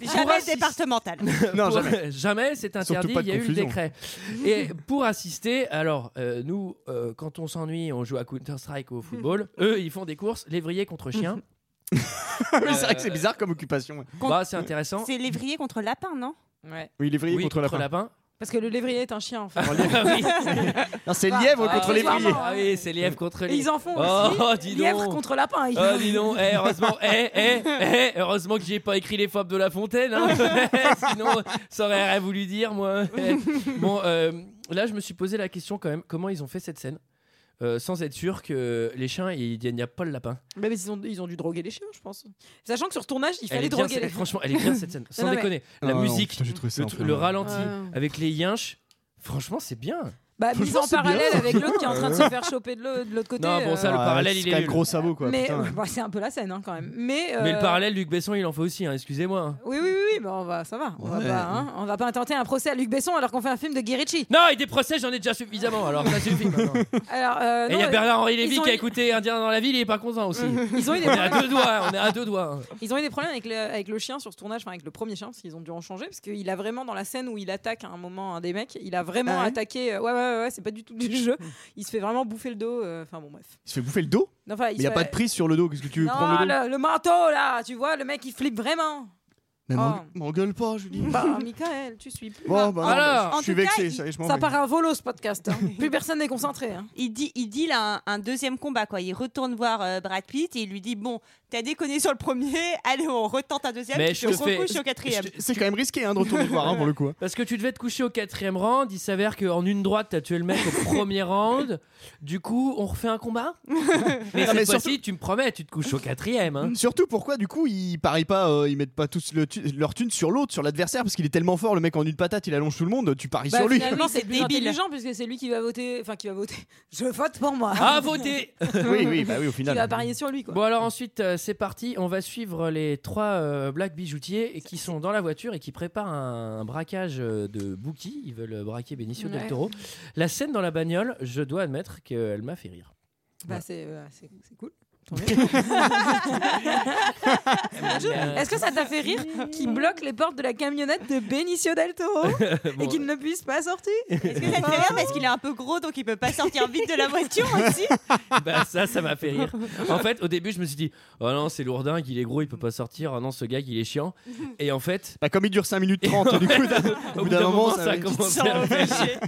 S7: Jamais départemental.
S1: Pour-
S7: Pour-
S1: jamais, c'est
S7: Surtout
S1: interdit,
S7: pas
S1: il
S7: de
S1: y a eu le
S7: confusion.
S1: décret. Et pour assister, alors euh, nous, euh, quand on s'ennuie, on joue à Counter-Strike ou au football. Eux, ils font des courses, lévrier contre chien.
S6: Oui, c'est vrai que c'est bizarre comme occupation.
S1: Bah, c'est intéressant.
S7: C'est lévrier contre lapin, non
S9: Ouais.
S6: Oui, lévrier
S1: Oui,
S6: contre,
S1: contre [laughs]
S6: lapin.
S9: Parce que le lévrier est un chien en fait.
S6: Non, c'est lièvre
S9: Ah,
S6: contre
S9: oui,
S6: lévrier.
S9: clairement.
S1: Ah oui, c'est lièvre contre
S9: Et
S1: lièvre.
S9: ils en font
S1: oh,
S9: aussi.
S1: dis
S9: lièvre
S1: donc.
S9: contre lapin. ils-
S1: Oh, dis donc, Eh, heureusement, eh, eh, eh, heureusement que j'ai pas écrit les fables de La Fontaine, hein. [laughs] sinon ça aurait rien voulu dire, moi. Eh. Bon, euh, là, je me suis posé la question quand même, comment ils ont fait cette scène euh, sans être sûr que les chiens, il n'y a pas le lapin.
S9: Bah, Mais ils ont, ils ont dû droguer les chiens, je pense. Sachant que sur le tournage, il
S1: Elle
S9: fallait
S1: est bien,
S9: droguer
S1: cette-
S9: les
S1: Franchement, elle est bien
S9: [laughs]
S1: cette scène. Sans
S9: Non, non, mais-
S1: déconner. La
S6: Ah non,
S1: musique,
S6: putain, j'ai trouvé ça
S1: le,
S6: un
S1: tru-
S6: peu
S1: le
S6: marrant.
S1: ralenti
S9: Ouais.
S1: avec les yinches, franchement, c'est bien.
S9: Bah,
S1: [laughs]
S9: mise
S1: Franchement,
S9: en
S1: c'est bien.
S9: parallèle avec l'autre qui est en train
S1: [laughs]
S9: de se faire choper de l'autre de l'autre côté.
S1: Non, bon, ça,
S9: euh,
S1: le
S6: Ah,
S1: parallèle, il
S6: c'est
S1: est
S6: quand même
S1: nul.
S6: gros sabot quoi.
S9: mais [laughs]
S6: putain.
S9: bah, c'est un peu la scène hein, quand même. Mais,
S1: Mais le
S9: euh,
S1: parallèle, Luc Besson, il en fait aussi, hein, excusez-moi. hein.
S9: Oui, oui, oui, oui, bah, on va, ça va. On, va
S1: Ouais.
S9: pas, hein, on va pas intenter un procès à Luc Besson alors qu'on fait un film de Guerrici.
S1: [laughs] Non, et des procès, j'en ai déjà suffisamment, alors ça
S9: [laughs]
S1: suffit maintenant.
S9: Alors, euh,
S1: Et il y
S9: non,
S1: a
S9: euh,
S1: Bernard-Henri Lévy
S9: ils ont
S1: qui a
S9: eu-
S1: écouté Indien dans la ville, il est pas content aussi.
S9: Ils
S1: [laughs]
S9: ont eu des
S1: on est à deux
S9: problèmes.
S1: doigts, on est à deux doigts.
S9: Ils ont eu des problèmes avec le, avec le chien sur ce tournage, enfin avec le premier chien, parce qu'ils ont dû en changer, parce qu'il a vraiment dans la scène où il attaque à un moment un des mecs, il a vraiment
S7: Ah ouais
S9: attaqué. euh, Ouais, ouais, ouais, ouais, c'est pas du tout du jeu. Il se fait vraiment bouffer le dos. euh, Enfin bon, bref.
S6: Il se fait bouffer le dos
S9: Non, enfin,
S6: Mais
S9: il
S6: il y a
S9: se
S6: pas
S9: fait-
S6: de prise sur le dos, qu'est-ce que tu veux prendre
S9: Non,
S6: le dos
S9: le, le manteau là, tu vois, le mec il flippe vraiment.
S6: Mais m'en-
S9: Oh.
S6: m'engueule pas, Julie.
S9: [laughs] Bah, Michael, tu suis plus.
S6: Bon, bah, non,
S1: Alors,
S6: je-
S7: en
S6: je suis
S7: tout cas,
S6: vexé,
S7: il-
S6: ça y est, je m'en
S9: Ça
S6: vais.
S9: part un volo ce podcast. hein.
S6: [laughs]
S9: Plus personne n'est concentré. hein.
S7: Il dit, il dit là un, un deuxième combat quoi. Il retourne voir euh, Brad Pitt et il lui dit bon, t'as déconné sur le premier, [laughs] allez on retente un deuxième,
S1: Mais
S7: puis
S1: je
S7: je
S1: te fais-
S7: recouche au quatrième.
S1: je te-
S6: C'est quand même risqué hein, de retourner voir hein, pour le coup. hein.
S1: Parce que tu devais te coucher au quatrième round, il s'avère qu'en une droite, t'as tué le mec au premier round. Du coup, on refait un combat Mais
S6: Non, mais
S1: cette fois-ci, tu me promets, tu te couches au quatrième.
S6: [laughs]
S1: hein.
S6: Surtout pourquoi du coup ils parient pas, euh, ils mettent pas tous le tu- leur thune sur l'autre, sur l'adversaire parce qu'il est tellement fort, le mec en une patate il allonge tout le monde, tu paries
S9: Bah,
S6: sur lui.
S9: finalement, c'est
S7: C'est
S9: plus
S7: débile.
S9: intelligent puisque c'est lui qui va voter. Enfin, qui va voter. [laughs] Je vote pour moi.
S6: Ah,
S9: [laughs]
S1: À voter
S6: [laughs] oui, oui, bah oui au
S9: Qui
S6: final.
S9: va parier sur lui quoi.
S1: Bon alors ensuite euh, c'est parti, on va suivre les trois euh, black bijoutiers et qui sont dans la voiture et qui préparent un, un braquage euh, de Bookie, ils veulent euh, braquer Benicio del
S9: Ouais.
S1: Toro. La scène dans la bagnole, je dois admettre qu'elle m'a fait rire.
S9: Bah, c'est euh, c'est- c'est cool. Tant mieux.
S1: Euh,
S9: [laughs]
S6: Euh.
S9: Est-ce que ça t'a fait rire qu'il bloque les portes de la camionnette de Benicio
S6: [laughs]
S9: del Toro
S1: Bon,
S9: et qu'il ne puisse pas sortir
S7: Est-ce que ça te fait rire parce qu'il est un peu gros donc il peut pas sortir vite de la voiture
S1: [laughs]
S7: aussi
S1: bah, ça ça m'a fait rire. En fait au début je me suis dit oh non c'est lourdingue, il est gros, il peut pas sortir, oh non ce gars il est chiant. Et en fait
S6: Bah, comme il dure 5 minutes 30
S1: [laughs]
S6: du coup,
S1: Au bout d'un moment, ça commence à faire Euh,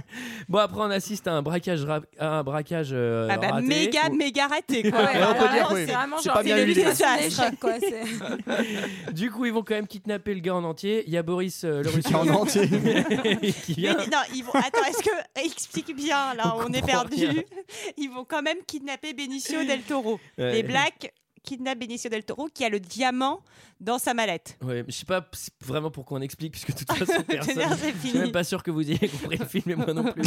S1: Bon, après, on assiste à un braquage, ra- à un braquage euh,
S7: Ah bah
S1: raté.
S7: méga méga raté
S1: [laughs]
S7: quoi.
S9: Ouais,
S6: on peut
S9: alors
S6: dire,
S9: là,
S6: oui.
S9: C'est vraiment
S6: C'est
S9: genre
S6: pas bien
S9: c'est
S6: huilé.
S9: l'évitation de l'échec, quoi. c'est-
S1: Du coup, ils vont quand même kidnapper le gars en entier. Il y a Boris euh, le
S6: [laughs]
S1: russe
S6: en entier.
S1: [laughs] qui
S7: Mais
S1: vient.
S7: non, ils vont. Attends, est-ce que explique bien là,
S1: On
S7: on, est
S1: comprend
S7: perdu.
S1: rien.
S7: Ils vont quand même kidnapper Benicio del Toro.
S1: Ouais.
S7: [laughs] Les Blacks kidnappent Benicio del Toro qui a le diamant dans sa mallette.
S1: Ouais, mais je sais pas p- vraiment pourquoi on explique, puisque de toute façon, [laughs] personne.
S7: C'est
S1: Je suis même
S7: fini.
S1: pas sûr que vous ayez compris le film et moi non plus.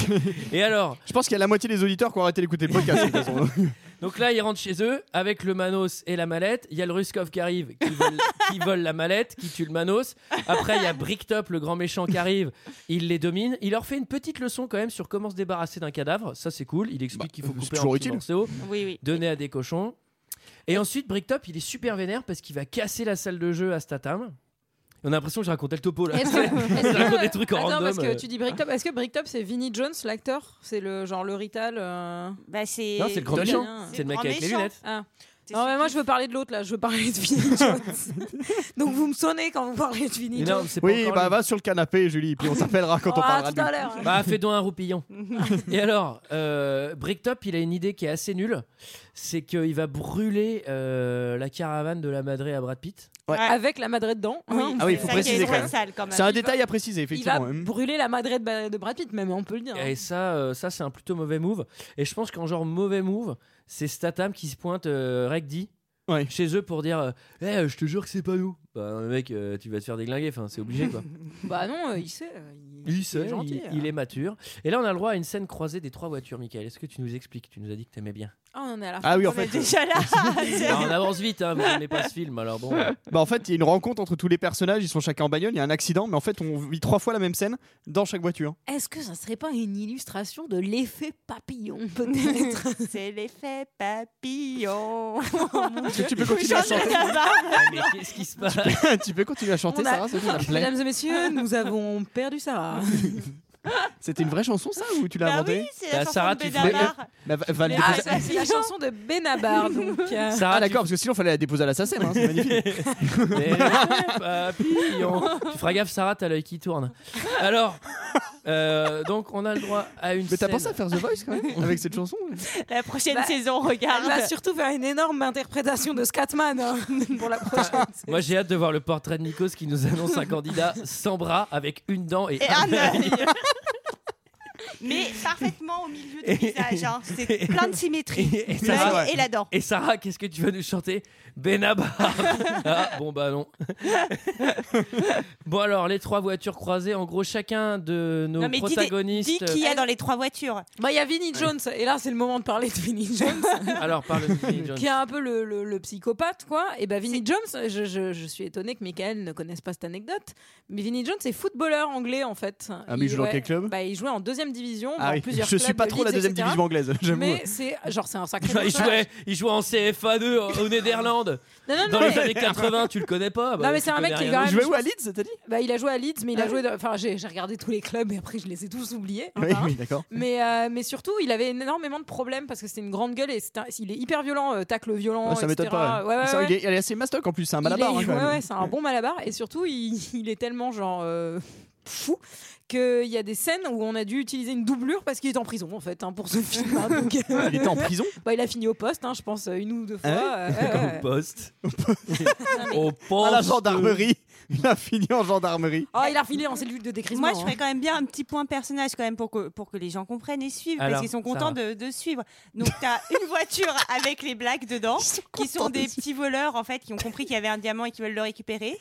S1: Et alors,
S6: Je pense qu'il y a la moitié des auditeurs qui ont arrêté d'écouter le podcast de toute
S1: [laughs]
S6: façon.
S1: donc là, ils rentrent chez eux avec le Manos et la mallette. Il y a le Ruskov qui arrive, qui vole, qui vole la mallette, qui tue le Manos. Après, il y a Bricktop, le grand méchant, qui arrive. Il les domine. Il leur fait une petite leçon quand même sur comment se débarrasser d'un cadavre. Ça, c'est cool. Il explique
S6: Bah,
S1: qu'il faut
S6: c'est
S1: couper en
S6: toujours
S1: petits
S6: utile.
S1: morceaux.
S7: Oui, oui.
S1: donné à des cochons. Et ensuite, Bricktop, il est super vénère parce qu'il va casser la salle de jeu à Statham. On a l'impression que je racontais le topo là. [laughs]
S9: Est-ce que- est-ce
S1: Je raconte
S9: que-
S1: des trucs en
S9: Attends,
S1: random,
S9: parce que
S1: euh.
S9: tu dis Bricktop. Est-ce que Bricktop c'est Vinnie Jones l'acteur C'est le genre le Rital. euh,
S7: Bah, c'est.
S1: Non, c'est le grand
S9: Donnie.
S1: méchant.
S9: C'est
S1: C'est le
S7: le
S1: mec
S7: grand
S1: avec les
S7: méchant.
S1: lunettes.
S9: ah.
S7: c'est
S9: Non mais
S7: celui
S9: moi
S7: qui-
S9: je veux parler de l'autre là. Je veux parler de Vinnie Jones. Donc vous me sonnez quand vous parlez de Vinnie
S1: Mais
S9: Jones.
S1: non, c'est pas
S6: Oui,
S1: encore
S6: bah
S1: lui.
S6: va sur le canapé Julie, et puis on s'appellera quand on
S9: Ah,
S6: parlera
S9: tout à
S6: de
S9: l'heure.
S1: Bah, fais donc un roupillon.
S9: [laughs]
S1: Et alors, euh, Bricktop, il a une idée qui est assez nulle. C'est qu'il va brûler euh, la caravane de la Madré à Brad Pitt.
S9: Avec la madrée dedans. hein.
S6: Ah oui, faut
S7: C'est ça qui
S6: préciser quand
S7: est trop
S6: même.
S7: sale, quand même.
S6: C'est un détail à préciser
S9: Il va
S6: effectivement. hein.
S9: brûler la madrée de, Ba- de Brad Pitt, même on peut le dire. hein.
S1: Et ça, euh, ça c'est un plutôt mauvais move. Et je pense qu'en genre mauvais move, c'est Statham qui se pointe euh, Regdi
S6: Ouais.
S1: chez eux pour dire euh, Eh, je te jure que c'est pas nous. Bah, mec, euh, tu vas te faire déglinguer. Enfin, c'est obligé
S6: [laughs]
S1: quoi.
S9: Bah non, euh, il sait. euh,
S1: Il sait,
S9: est gentil. hein.
S6: [laughs]
S1: il, il est mature. Et là, on a le droit à une scène croisée des trois voitures, Michael. Est-ce que tu nous expliques Tu nous as dit que t'aimais bien.
S9: Ah, on en est à la fin.
S6: Ah oui, en fait. [laughs]
S1: Ah, on avance vite, hein, vous n'aimez pas ce film, alors bon.
S6: Bah en fait, il y a une rencontre entre tous les personnages, ils sont chacun en bagnole, il y a un accident, mais en fait, on vit trois fois la même scène dans chaque voiture.
S12: Est-ce que ça serait pas une illustration de l'effet papillon,
S7: [laughs]
S12: peut-être
S7: C'est l'effet
S9: [laughs]
S7: papillon.
S6: Est-ce que tu peux continuer à chanter
S1: Mais qu'est-ce qui se passe
S6: [laughs] Tu peux continuer à chanter,
S9: On a-
S6: Sarah, ça
S9: [laughs]
S6: ça me plaît.
S9: Mesdames et messieurs, nous avons perdu Sarah.
S6: C'était une vraie chanson, ça, ou tu l'as
S7: Bah
S6: inventée
S7: oui, c'est la
S1: Bah,
S7: chanson
S1: Sarah,
S7: de
S1: tu
S7: Bédard.
S6: fais- Bah, va- va le
S7: Mais
S6: déposer-
S7: arrête.
S9: Ah, C'est c'est
S6: hein
S9: la chanson de
S6: [laughs]
S9: Benabar, donc. euh,
S1: Sarah,
S6: Ah, d'accord, parce que sinon, fallait la déposer à la SACEM, hein,
S9: [laughs]
S6: c'est magnifique.
S1: tu... [laughs]
S6: [laughs]
S1: Des papillons. Tu feras gaffe, Sarah, t'as l'œil qui tourne. Alors, euh, donc on a le droit à une
S6: Mais t'as
S1: scène.
S6: pensé à faire The Voice, quand
S9: [laughs]
S6: même, avec cette chanson ouais.
S7: La prochaine
S9: Bah,
S7: saison, regarde.
S9: Elle va surtout faire une énorme interprétation de Scatman hein, [laughs] pour la
S6: Ah,
S9: prochaine.
S1: Moi, j'ai hâte de voir le portrait de Nikos qui nous annonce un candidat sans bras, avec une dent et,
S7: Et
S1: un
S7: un
S9: [laughs]
S7: œil. Mais parfaitement au milieu du visage. hein. C'est plein de symétrie.
S1: Et- et ça va,
S7: L'œil et la dent.
S1: Et Sarah, qu'est-ce que tu vas nous chanter Benabar Ah, bon bah non. bon alors, les trois voitures croisées, en gros, chacun de nos
S7: Non, mais dis des-
S1: protagonistes...
S7: Dis qu'il y a dans les trois voitures.
S9: Bah, il y a Vinnie Jones, et là c'est le moment de parler de Vinnie
S6: [laughs]
S9: Jones,
S1: [laughs] Alors, parle de Vinnie Jones.
S9: qui est un peu le, le- le psychopathe, quoi. Et bah, Vinnie Jones, je, je- je suis étonnée que Michael ne connaisse pas cette anecdote, mais Vinnie Jones est footballeur anglais en fait.
S6: Ah, mais il joue dans
S9: ouais,
S6: quel club
S9: bah, Il jouait en deuxième division,
S6: Ah
S9: dans
S6: oui,
S9: plusieurs
S6: je suis
S9: clubs
S6: pas
S9: de
S6: trop la
S9: Leeds,
S6: deuxième
S9: etc..
S6: division anglaise, j'avoue. [laughs]
S9: Mais c'est genre c'est un sacré.
S1: Il
S9: personnage.
S1: jouait, il jouait en CFA2 au Néderlande
S9: Non, non, non,
S1: dans
S9: mais-
S1: les années 80, tu le connais pas bah,
S9: Non, mais
S1: tu
S9: c'est un
S1: connais
S9: mec qui est
S1: rien
S9: quand même-
S1: d'autre.
S6: Je vais où à Leeds, t'as dit
S9: bah, il a joué à Leeds, mais il
S6: Ah
S9: a
S6: oui.
S9: joué. dans- Enfin, j'ai j'ai regardé tous les clubs et après je les ai tous oubliés. un
S6: Oui,
S9: par un.
S6: oui, d'accord.
S9: Mais, euh, mais surtout, il avait énormément de problèmes parce que c'était une grande guelle et c'était un- il est hyper violent, euh, tacle violent.
S6: Ça m'étonne
S9: etc..
S6: pas.
S9: Ouais, ouais,
S6: Ça,
S9: ouais.
S6: Il est il est assez mastoc en plus, c'est un
S9: Il
S6: malabar.
S9: est-
S6: hein, quand
S9: ouais,
S6: même.
S9: ouais, c'est un bon malabar et surtout, il, [laughs] il est tellement genre euh, fou qu'il y a des scènes où on a dû utiliser une doublure parce qu'il est en prison en fait hein, pour ce [laughs] film.
S6: [laughs]
S9: hein, donc, euh,
S6: Il était en
S9: [laughs]
S6: prison
S9: bah, il a fini au poste, hein, je pense, une ou deux fois.
S6: Ah
S9: euh, ouais, ouais.
S1: Au poste. Au poste.
S6: à la gendarmerie. Il a fini en gendarmerie.
S9: Oh, il a refilé en cellule de hein. dégrisement.
S7: Moi,
S1: hein.
S7: je ferais quand même bien un petit point personnage quand même pour que, pour que les gens comprennent et suivent
S1: Alors,
S7: parce qu'ils sont
S1: Sarah.
S7: contents de,
S1: [laughs]
S7: de suivre. Donc, tu as une voiture avec les blagues dedans qui sont des petits voleurs en fait qui ont compris qu'il y avait un diamant et qui veulent le récupérer.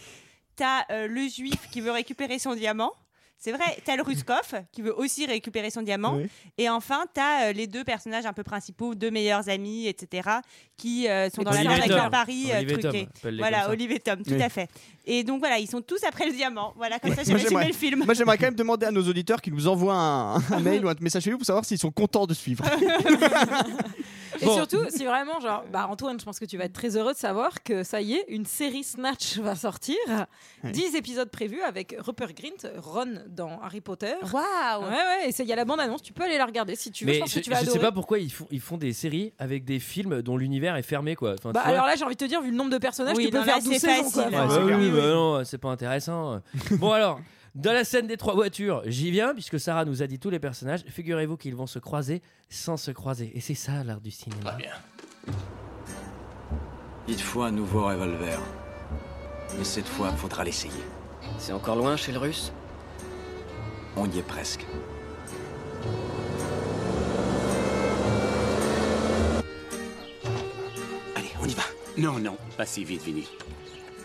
S7: Tu as le juif qui veut récupérer son diamant. C'est vrai, t'as le Ruskov qui veut aussi récupérer son diamant.
S6: Oui.
S7: Et enfin, t'as euh, les deux personnages un peu principaux, deux meilleurs amis, etc., qui euh, sont dans la
S1: Olivier
S7: merde avec
S1: Tom.
S7: leur pari euh,
S1: Olivier Tom,
S7: truqué.
S1: appelle-les comme
S7: Voilà,
S1: ça.
S7: Olivier Tom, tout
S6: Oui.
S7: à fait. Et donc voilà, ils sont tous après le diamant. Voilà, comme ça, j'ai
S6: Moi,
S7: résumé
S6: j'aimerais-
S7: le film.
S6: Moi, j'aimerais quand même demander à nos auditeurs qu'ils nous envoient un,
S9: [laughs]
S6: un mail ou un message chez nous pour savoir s'ils sont contents de suivre.
S9: Et
S1: Bon.
S9: surtout, si vraiment, genre, bah Antoine, je pense que tu vas être très heureux de savoir que ça y est, une série Snatch va sortir. 10 épisodes prévus avec Rupert Grint, Ron dans Harry Potter.
S12: Waouh
S9: Ouais, ouais, et c'est- il y a la bande-annonce, tu peux aller la regarder si tu veux.
S1: Mais
S9: je pense
S1: je,
S9: que tu vas
S1: je sais
S9: adorer.
S1: pas pourquoi ils font, ils font des séries avec des films dont l'univers est fermé quoi. Enfin,
S9: Bah,
S1: tu vois,
S9: alors là, j'ai envie de te dire, vu le nombre de personnages,
S7: Oui,
S9: tu peux
S7: non,
S9: faire
S7: là,
S9: 12
S7: c'est
S9: saisons.
S7: facile.
S9: quoi.
S1: Ouais,
S9: Enfin,
S1: bah
S9: c'est
S1: oui,
S9: clair.
S1: oui, bah non, c'est pas
S9: [laughs]
S1: intéressant. bon alors, dans la scène des trois voitures, j'y viens puisque Sarah nous a dit tous les personnages. Figurez-vous qu'ils vont se croiser sans se croiser. Et c'est ça l'art du cinéma.
S8: Il te faut un nouveau revolver. Mais cette fois, faudra l'essayer.
S2: C'est encore loin chez le russe
S8: On y est presque.
S13: Allez, on y va. Non, non, pas si vite, Vinny.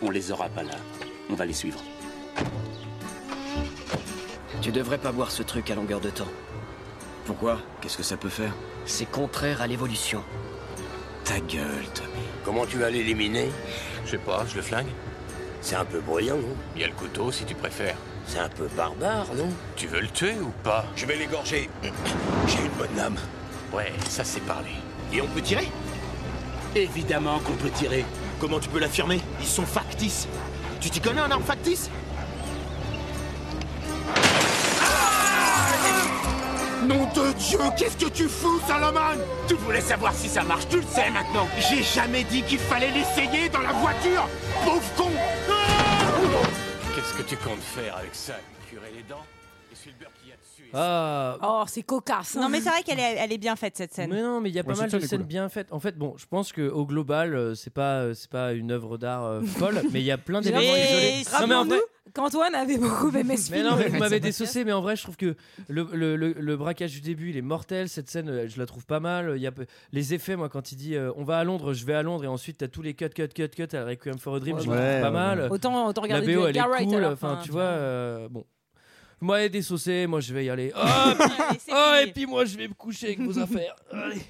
S13: On les aura pas là. On va les suivre.
S2: Tu devrais pas boire ce truc à longueur de temps.
S8: Pourquoi Qu'est-ce que ça peut faire
S2: C'est contraire à l'évolution.
S8: Ta gueule, Tommy.
S13: Comment tu vas l'éliminer Je sais pas, je le flingue. C'est un peu bruyant, non Il y a le couteau si tu préfères. C'est un peu barbare, non Tu veux le tuer ou pas Je vais l'égorger. J'ai une bonne âme. Ouais, ça c'est parlé. Et on peut tirer
S11: Évidemment qu'on peut tirer. Comment tu peux l'affirmer Ils sont factices. Tu t'y connais en arme factice Ah Nom de Dieu, qu'est-ce que tu fous, Salomon
S13: Tu voulais savoir si ça marche, tu le sais maintenant
S11: J'ai jamais dit qu'il fallait l'essayer dans la voiture Pauvre con
S13: Qu'est-ce que tu comptes faire avec ça Curer les dents Et celui le beurre qu'il y a dessus
S1: Ah,
S9: Oh, c'est cocasse. hein.
S7: Non, mais c'est vrai qu'elle est, elle est bien faite cette scène.
S1: Mais non, mais il y a pas
S6: cette
S1: mal de
S6: scène est
S1: scènes
S6: cool.
S1: bien faites. En fait, bon, je pense que au global, euh, c'est pas euh, c'est pas une œuvre d'art euh, folle, [laughs] mais il y a plein d'éléments
S7: Mais
S1: isolés. Non, mais en vrai,
S9: rappelons-nous qu'Antoine avait beaucoup aimé [laughs] ce
S1: mais
S9: film.
S1: non, mais vous m'avez désossé, mais en vrai, je trouve que le, le, le- le braquage du début, il est mortel. Cette scène, euh, je la trouve pas mal. Il y a peu- les effets, moi, quand il dit euh, on va à Londres, je vais à Londres, et ensuite t'as tous les cut, cut, cut, cut à Requiem for a Dream,
S6: Ouais,
S1: je la
S6: ouais,
S1: trouve pas
S6: ouais.
S1: mal.
S9: Autant, autant
S1: La
S9: regarder du
S1: BO, elle est
S9: Edgar Wright,
S1: cool.
S9: alors,
S1: Enfin, tu vois, euh, bon. Moi, elle est désossée, moi, je vais y aller. Oh,
S7: Allez, c'est
S1: Oh, et
S7: fini.
S1: puis moi, je vais me coucher avec vos affaires. Allez.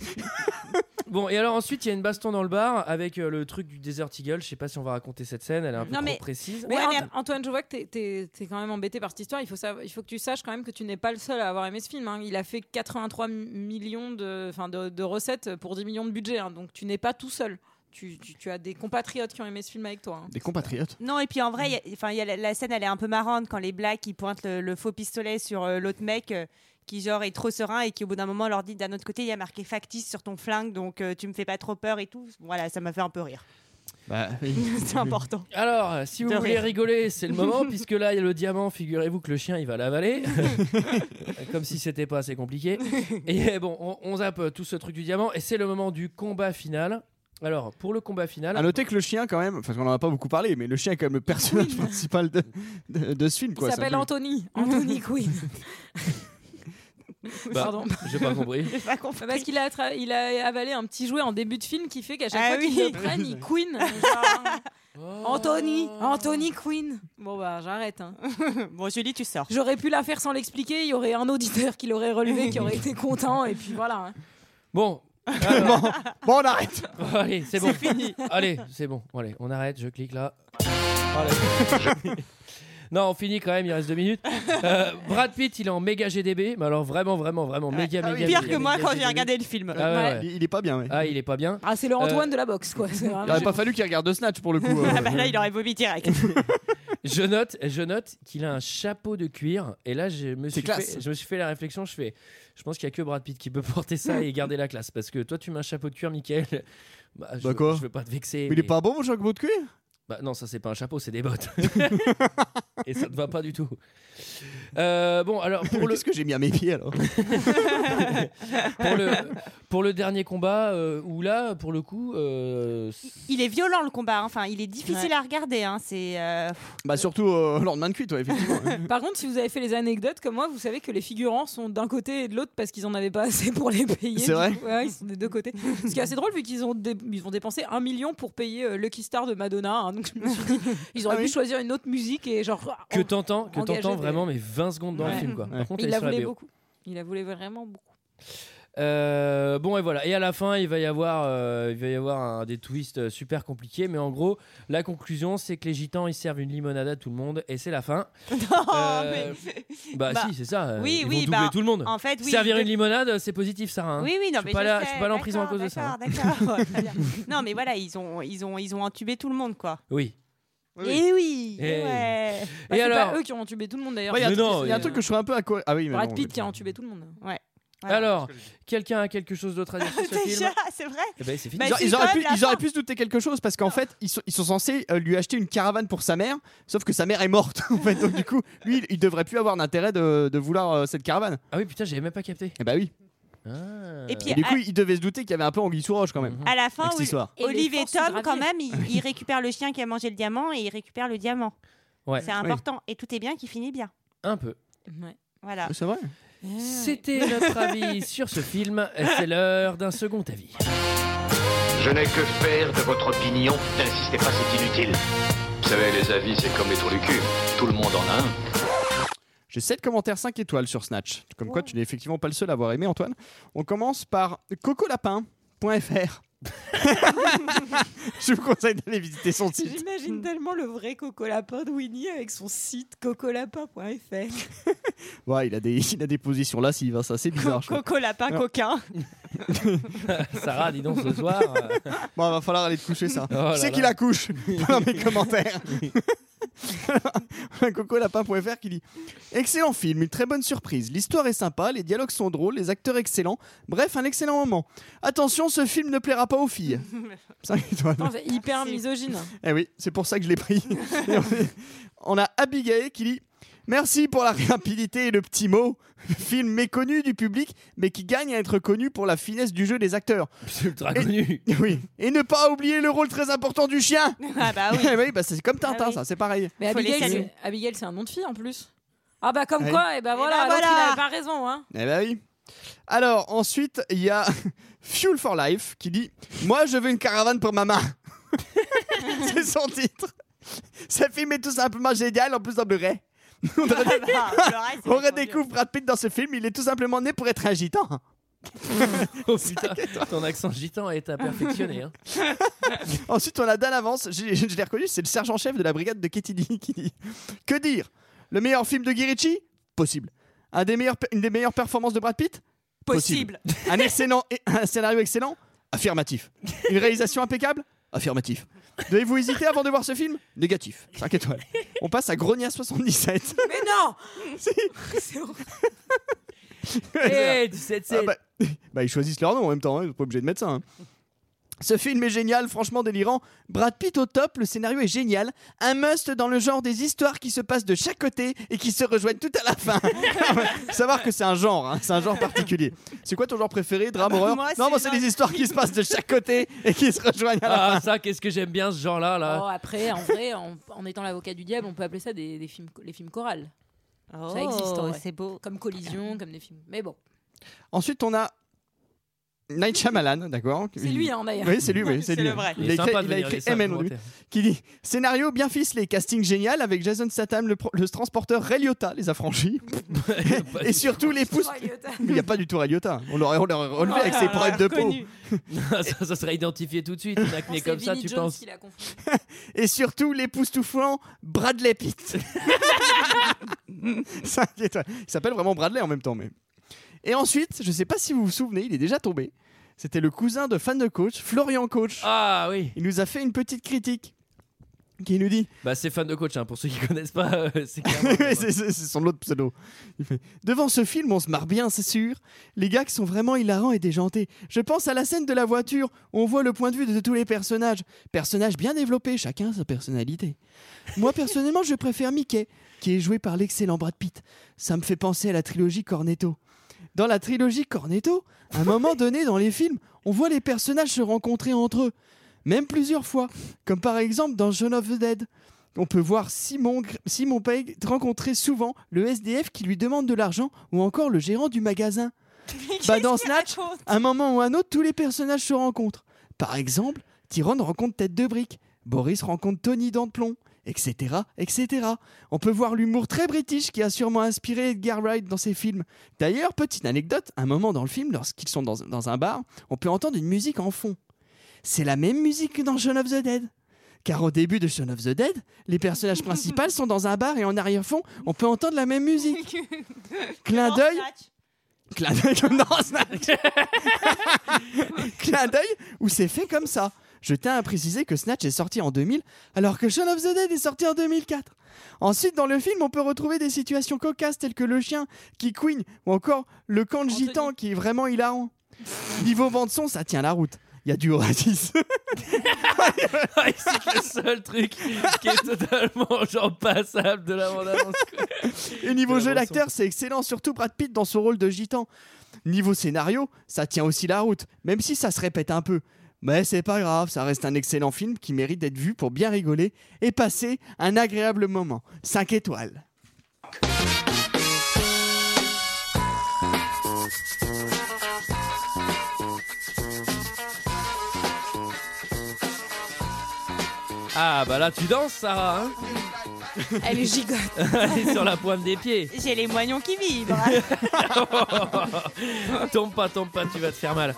S1: Bon, et alors ensuite, il y a une baston dans le bar avec euh, le truc du Desert Eagle. Je sais pas si on va raconter cette scène, elle est un peu
S9: Non,
S1: trop
S9: mais-
S1: précise.
S9: Mais Ant- Antoine, je vois que t'es- t'es t'es quand même embêté par cette histoire. Il faut, savoir- il faut que tu saches quand même que tu n'es pas le seul à avoir aimé ce film. hein. Il a fait 83 mi- millions de, enfin, de, de recettes pour 10 millions de budget. hein. Donc tu n'es pas tout seul. Tu, tu- tu as des compatriotes qui ont aimé ce film avec toi. hein.
S6: Des compatriotes.
S7: Non, et puis en vrai, y a- enfin, y a la, la scène, elle est un peu marrante quand les blacks ils pointent le, le faux pistolet sur euh, l'autre mec euh, qui, genre, est trop serein et qui, au bout d'un moment, leur dit d'un autre côté, il y a marqué factice sur ton flingue, donc euh, tu me fais pas trop peur et tout. Voilà, ça m'a fait un peu rire. [laughs] C'est important.
S1: Alors, euh, si vous
S7: De
S1: voulez
S7: rire.
S1: rigoler, c'est le moment, puisque là, il y a le diamant. Figurez-vous que le chien, il va l'avaler. Comme si c'était pas assez compliqué. Et euh, bon, on, on zappe euh, tout ce truc du diamant, et c'est le moment du combat final. Alors, pour le combat final.
S6: À noter que le chien, quand même, enfin, on en a pas beaucoup parlé, mais le chien est quand même le personnage principal de, de- de ce film.
S9: Il
S6: quoi.
S9: s'appelle
S6: C'est un peu-
S9: Anthony.
S7: [laughs]
S9: Anthony Quinn.
S6: Bah,
S9: Pardon.
S1: j'ai pas compris. Bah,
S9: Parce qu'il a, attra- il a avalé un petit jouet en début de film qui fait qu'à chaque
S7: Ah
S9: fois qu'il
S7: oui.
S9: le prenne, il
S7: [laughs]
S9: queen.
S1: Oh.
S9: Genre, Anthony,
S7: Oh.
S9: Anthony Queen. Bon bah j'arrête. hein.
S7: [laughs] bon, Julie, tu sors.
S9: J'aurais pu la faire sans l'expliquer, il y aurait un auditeur qui l'aurait relevé, qui aurait été content, et puis voilà. hein.
S1: Bon. [laughs]
S6: bon, on arrête.
S1: allez, c'est bon.
S9: C'est fini.
S1: Allez, c'est bon. Allez, on arrête. Je clique là. Allez. Non, on finit quand même, il reste deux minutes. Euh, Brad Pitt, il est en méga GDB, mais alors vraiment, vraiment, vraiment, méga, méga.
S7: Pire
S1: méga,
S7: que moi
S1: méga
S7: quand j'ai
S1: GDB.
S7: regardé le film.
S1: Ah [laughs] ouais, ouais.
S6: Il, il est pas bien, ouais.
S1: Ah, il est pas bien.
S9: Ah, c'est le Antoine
S1: Euh,
S9: de la boxe, quoi. C'est vraiment-
S6: Il aurait pas fallu qu'il regarde Snatch pour le coup. euh.
S7: Ah bah là, il aurait vomi direct.
S1: Je note, je note qu'il a un chapeau de cuir. Et là, je me suis,
S6: classe.
S1: fait, je me suis fait la réflexion. Je fais, je pense qu'il y a que Brad Pitt qui peut [laughs] porter ça et garder la classe. Parce que toi, tu mets un chapeau de cuir, Michael. [laughs] Bah, je,
S6: Bah quoi
S1: je veux pas te vexer.
S6: Mais il est
S1: mais-
S6: pas bon, mon chapeau de cuir
S1: Bah non, ça c'est pas un chapeau, c'est des bottes. [laughs] et ça te va pas du tout. Euh, bon, alors pour le
S6: Qu'est-ce que j'ai mis à mes pieds alors
S1: pour le pour le dernier combat euh, où là, pour le coup, euh,
S7: Il est violent le combat, hein. enfin il est difficile
S9: Ouais.
S7: à regarder. hein. C'est euh, [laughs]
S6: Bah surtout euh, lendemain de cuite, ouais, [laughs] effectivement.
S9: Par contre, si vous avez fait les anecdotes comme moi, vous savez que les figurants sont d'un côté et de l'autre parce qu'ils en avaient pas assez pour les payer.
S6: C'est
S9: Du
S6: vrai
S9: coup, ouais, ils sont des deux côtés. Ce qui est assez drôle vu qu'ils ont, dé- ils ont dépensé un million pour payer euh, Lucky Star de Madonna. hein. donc je me suis dit, ils auraient
S6: Ah
S9: pu
S6: oui
S9: choisir une autre musique et genre.
S1: que t'entends, que
S9: Engagé
S1: t'entends
S9: des-
S1: vraiment, mais 20 secondes dans le
S9: Ouais.
S1: film quoi. Par
S6: Ouais.
S1: contre,
S9: il
S1: elle est
S9: la
S1: sur la
S9: voulait
S1: BO.
S9: beaucoup. Il la voulait vraiment beaucoup.
S1: Euh, bon et voilà et à la fin il va y avoir euh, il va y avoir un- des twists euh, super compliqués mais en gros la conclusion c'est que les gitans ils servent une limonade à tout le monde et c'est la fin
S7: Non,
S1: Euh,
S7: mais-
S1: bah,
S7: Bah,
S1: si c'est ça euh,
S7: oui,
S1: ils vont
S7: oui,
S1: doubler
S7: bah,
S1: tout le monde
S7: en fait, oui,
S1: servir
S7: de-
S1: une limonade c'est positif Sarah hein.
S7: Oui, oui, non,
S1: je
S7: mais
S1: suis pas
S7: je
S1: là
S7: sais,
S1: je suis pas là en prison à cause de ça hein.
S7: D'accord,
S1: [laughs]
S7: d'accord. Oh, très bien. non, mais voilà, ils ont, ils ont, ils ont entubé tout le monde, quoi.
S1: oui
S7: Et oui.
S1: Eh
S7: eh ouais.
S9: Bah,
S1: et
S9: c'est
S1: alors
S9: pas eux qui ont entubé tout le monde d'ailleurs.
S6: Ouais, il y a,
S1: Mais
S6: un truc-
S1: non,
S6: il y a un
S1: euh,
S6: truc que je trouve un peu à quoi. Ah oui, mais
S9: Brad
S6: non,
S9: Pitt
S6: mais-
S9: qui a entubé tout le monde.
S7: ouais. Voilà. [laughs]
S1: alors quelqu'un a quelque chose d'autre à dire sur ce film
S7: Déjà, c'est vrai.
S1: Eh ben, c'est fini
S7: Bah,
S6: Ils, auraient-
S7: c'est
S6: ils auraient
S7: quand
S6: pu,
S7: même la
S6: ils auraient
S7: fin.
S6: pu se douter quelque chose parce qu'en fait, ils sont, ils sont censés euh, lui acheter une caravane pour sa mère, sauf que sa mère est morte. [laughs] En fait, donc du coup, lui, il, il devrait plus avoir d'intérêt de, de vouloir euh, cette caravane.
S1: ah oui putain j'avais même pas capté
S6: Et bah oui.
S1: Ah.
S7: Et puis ah,
S6: Et du
S7: à-
S6: coup, il devait se douter qu'il y avait un peu anguille sous roche quand même.
S7: à la fin,
S6: Avec cette
S7: oui,
S6: histoire.
S9: Et les
S7: Olive et
S9: forces du
S7: Tom,
S9: gravier.
S7: quand même, ils, ils récupèrent le chien qui a mangé le diamant et ils récupèrent le diamant.
S1: ouais
S7: C'est important. Et tout est bien qui finit bien.
S1: un peu
S9: Ouais. Ah.
S7: Voilà.
S6: C'est vrai.
S7: Ah.
S1: c'était notre
S7: [laughs]
S1: avis sur ce film c'est l'heure d'un second avis
S11: Je n'ai que faire de votre opinion. N'insistez pas, c'est inutile.
S13: Vous savez, les avis, c'est comme les trous du cul. Tout le monde en a un.
S6: J'ai 7 commentaires 5 étoiles sur Snatch. Comme
S7: Oh.
S6: quoi, tu n'es effectivement pas le seul à avoir aimé, Antoine. On commence par cocolapin.fr. [laughs] Je vous conseille d'aller visiter son site.
S9: J'imagine tellement le vrai Coco Lapin de Winnie avec son site
S6: [laughs]
S9: cocolapin.fr.
S6: Ouais, il a des, [laughs] il a des positions là, s'il va ça, c'est bizarre. je trouve.
S7: Coco lapin,
S1: [laughs]
S6: Non.
S7: coquin.
S1: Sarah dis donc ce soir euh, [laughs]
S6: Bon, va falloir aller te coucher, [laughs] ça.
S1: Oh là
S6: qui c'est
S1: là.
S6: qui la [laughs] couche dans mes [laughs] commentaires cocolapin.fr qui dit Excellent film, une très bonne surprise. L'histoire est sympa, les dialogues sont drôles, les acteurs excellents. Bref, un excellent moment. Attention, ce film ne plaira pas
S1: [laughs]
S6: aux filles. 5 étoiles.
S9: C'est hyper misogyne.
S6: Eh oui, c'est pour ça que je
S1: [laughs]
S6: l'ai pris. Et on on a Abigail qui dit Merci pour la rapidité et le petit mot. Film méconnu du public, mais qui gagne à être connu pour la finesse du jeu des acteurs.
S1: c'est ultra connu
S6: [laughs] Oui. Et ne pas oublier le rôle très important du chien.
S7: Ah bah oui.
S6: [laughs] Eh oui, bah c'est comme Tintin,
S9: Ah oui.
S6: ça, c'est pareil.
S9: Mais
S7: Faut les
S9: Abigail,
S7: saluer.
S9: c'est- Abigail, c'est un nom de fille en plus. Ah bah comme
S6: Ouais.
S9: quoi,
S1: Eh
S9: et bah voilà,
S7: ben
S9: l'autre,
S7: voilà.
S9: il a pas raison. Hein.
S6: Eh bah oui. Alors ensuite, il y a [laughs] Fuel for Life qui dit Moi, je veux une caravane pour maman. [laughs] c'est son titre. Ce film est tout simplement génial, en plus en Blu-ray. On
S7: Ah bah, le reste, c'est
S6: On
S7: répondu.
S6: redécouvre Brad Pitt dans ce film, il est tout simplement né pour être un gitan. [laughs]
S1: Oh putain, ton accent gitan est à perfectionner.
S6: [laughs]
S1: hein.
S6: Ensuite, on a Dan Avance. J'ai- Je l'ai reconnu, c'est le sergent-chef de la brigade de Ketili qui dit Que dire Le meilleur film de Guirichi Possible. Un des meilleurs, pe- une des meilleures performances de Brad Pitt
S9: Possible.
S6: Un, excellent, et- un scénario excellent Affirmatif. Une réalisation impeccable Affirmatif. Devez-vous hésiter avant de voir ce film Négatif. 5 étoiles. On passe à Grogna 77.
S9: Mais non
S1: [laughs] Eh, 17 c'est-
S6: Ah bah, [laughs] bah, ils choisissent leur nom en même temps, hein, ils sont pas obligés de mettre ça. hein. [laughs] Ce film est génial, franchement délirant. Brad Pitt au top, le scénario est génial. Un must dans le genre des histoires qui se passent de chaque côté et qui se rejoignent tout à la fin. [laughs] Faut Savoir que c'est un genre, hein, c'est un genre particulier. C'est quoi ton genre préféré Drame,
S1: Ah bah,
S6: horreur
S1: moi,
S6: Non,
S1: c'est
S6: moi c'est les histoires qui se passent de chaque côté et qui se rejoignent à la
S1: Ah,
S6: fin.
S1: ça, qu'est-ce que j'aime bien ce genre-là. Là.
S6: euh,
S12: Oh, après, en vrai, en, en étant l'avocat du diable, on peut appeler ça des, des films, les films chorales. ça existe, en vrai.
S7: c'est beau.
S12: Comme
S1: Ah.
S12: Collision, comme des films. Mais bon.
S6: Ensuite, on a Night Shyamalan, d'accord
S12: C'est lui, hein, d'ailleurs.
S6: Oui, c'est
S12: [laughs]
S6: lui, oui,
S12: C'est
S6: c'est lui.
S12: le vrai.
S6: Il,
S12: Il
S6: a
S12: est
S6: écrit,
S12: sympa de
S6: il a
S12: venir
S6: écrit
S12: laisser un
S6: MN, lui,
S12: commentaire.
S6: qui dit Scénario bien ficelé, casting génial avec Jason Statham, le, pro- le transporteur Ray Liotta, les affranchis. [laughs]
S1: [laughs]
S6: et surtout les
S9: Oh,
S6: pouces. Mais il n'y a pas du tout Ray Liotta. hein. On l'aurait on l'aurait relevé avec ses problèmes de peau.
S1: ça, ça serait identifié tout de suite. Une
S6: Oh,
S1: acné comme ça, tu penses. [laughs]
S6: Et surtout l'époustouflant Bradley Pitt. Cinq étoiles. Il s'appelle vraiment Bradley en même temps, mais. Et ensuite, je sais pas si vous vous souvenez, il est déjà tombé. C'était le cousin de fan de coach, Florian Coach.
S1: Ah oui.
S6: Il nous a fait une petite critique qui nous dit
S1: Bah, c'est fan de coach, hein, pour ceux qui connaissent pas. euh, [laughs] c'est
S6: [laughs]
S1: clair.
S6: c'est c'est- c'est son autre pseudo. Il fait, Devant ce film, on se marre bien, c'est sûr. Les gags sont vraiment hilarants et déjantés. Je pense à la scène de la voiture où on voit le point de vue de tous les personnages. Personnages bien développés, chacun sa personnalité. Moi, personnellement, je préfère Mickey, qui est joué par l'excellent Brad Pitt. Ça me fait penser à la trilogie Cornetto. Dans la trilogie Cornetto, à un moment donné dans les films, on voit les personnages se rencontrer entre eux, même plusieurs fois, comme par exemple dans Shaun of the Dead. On peut voir Simon, Gr- Simon Pegg rencontrer souvent le SDF qui lui demande de l'argent ou encore le gérant du magasin.
S7: [laughs]
S6: Bah dans Snatch, à un moment ou un autre, tous les personnages se rencontrent. Par exemple, Tyrone rencontre Tête de Brique, Boris rencontre Tony Dantelon, etc., etc. On peut voir l'humour très british qui a sûrement inspiré Edgar Wright dans ses films. D'ailleurs, petite anecdote, un moment dans le film, lorsqu'ils sont dans, dans un bar, on peut entendre une musique en fond. C'est la même musique que dans Shaun of the Dead. Car au début de Shaun of the Dead, les personnages principaux sont dans un bar et en arrière-fond, on peut entendre la même
S7: [laughs]
S6: musique. Clin d'œil. Clin d'œil [laughs] comme dans Snatch. [laughs] Clin d'œil où c'est fait comme ça. Je tiens à préciser que Snatch est sorti en 2000 alors que Shaun of the Dead est sorti en 2004. Ensuite, dans le film, on peut retrouver des situations cocasses telles que le chien qui couigne ou encore le camp de gitan qui est vraiment hilarant. Niveau bande son, ça tient la route. Il y a du Oasis.
S1: Ah, c'est le seul truc qui est totalement genre passable de la bande annonce.
S6: Et niveau jeu d'acteur, c'est excellent, surtout Brad Pitt dans son rôle de gitan. Niveau scénario, ça tient aussi la route, même si ça se répète un peu. Mais c'est pas grave, ça reste un excellent film qui mérite d'être vu pour bien rigoler et passer un agréable moment. 5 étoiles.
S1: Ah bah là tu danses Sarah hein [laughs]
S7: Elle est gigote.
S1: Elle est sur la pointe des pieds
S7: J'ai les moignons qui vibrent.
S1: [laughs] Tombe pas, tombe pas, tu vas te faire mal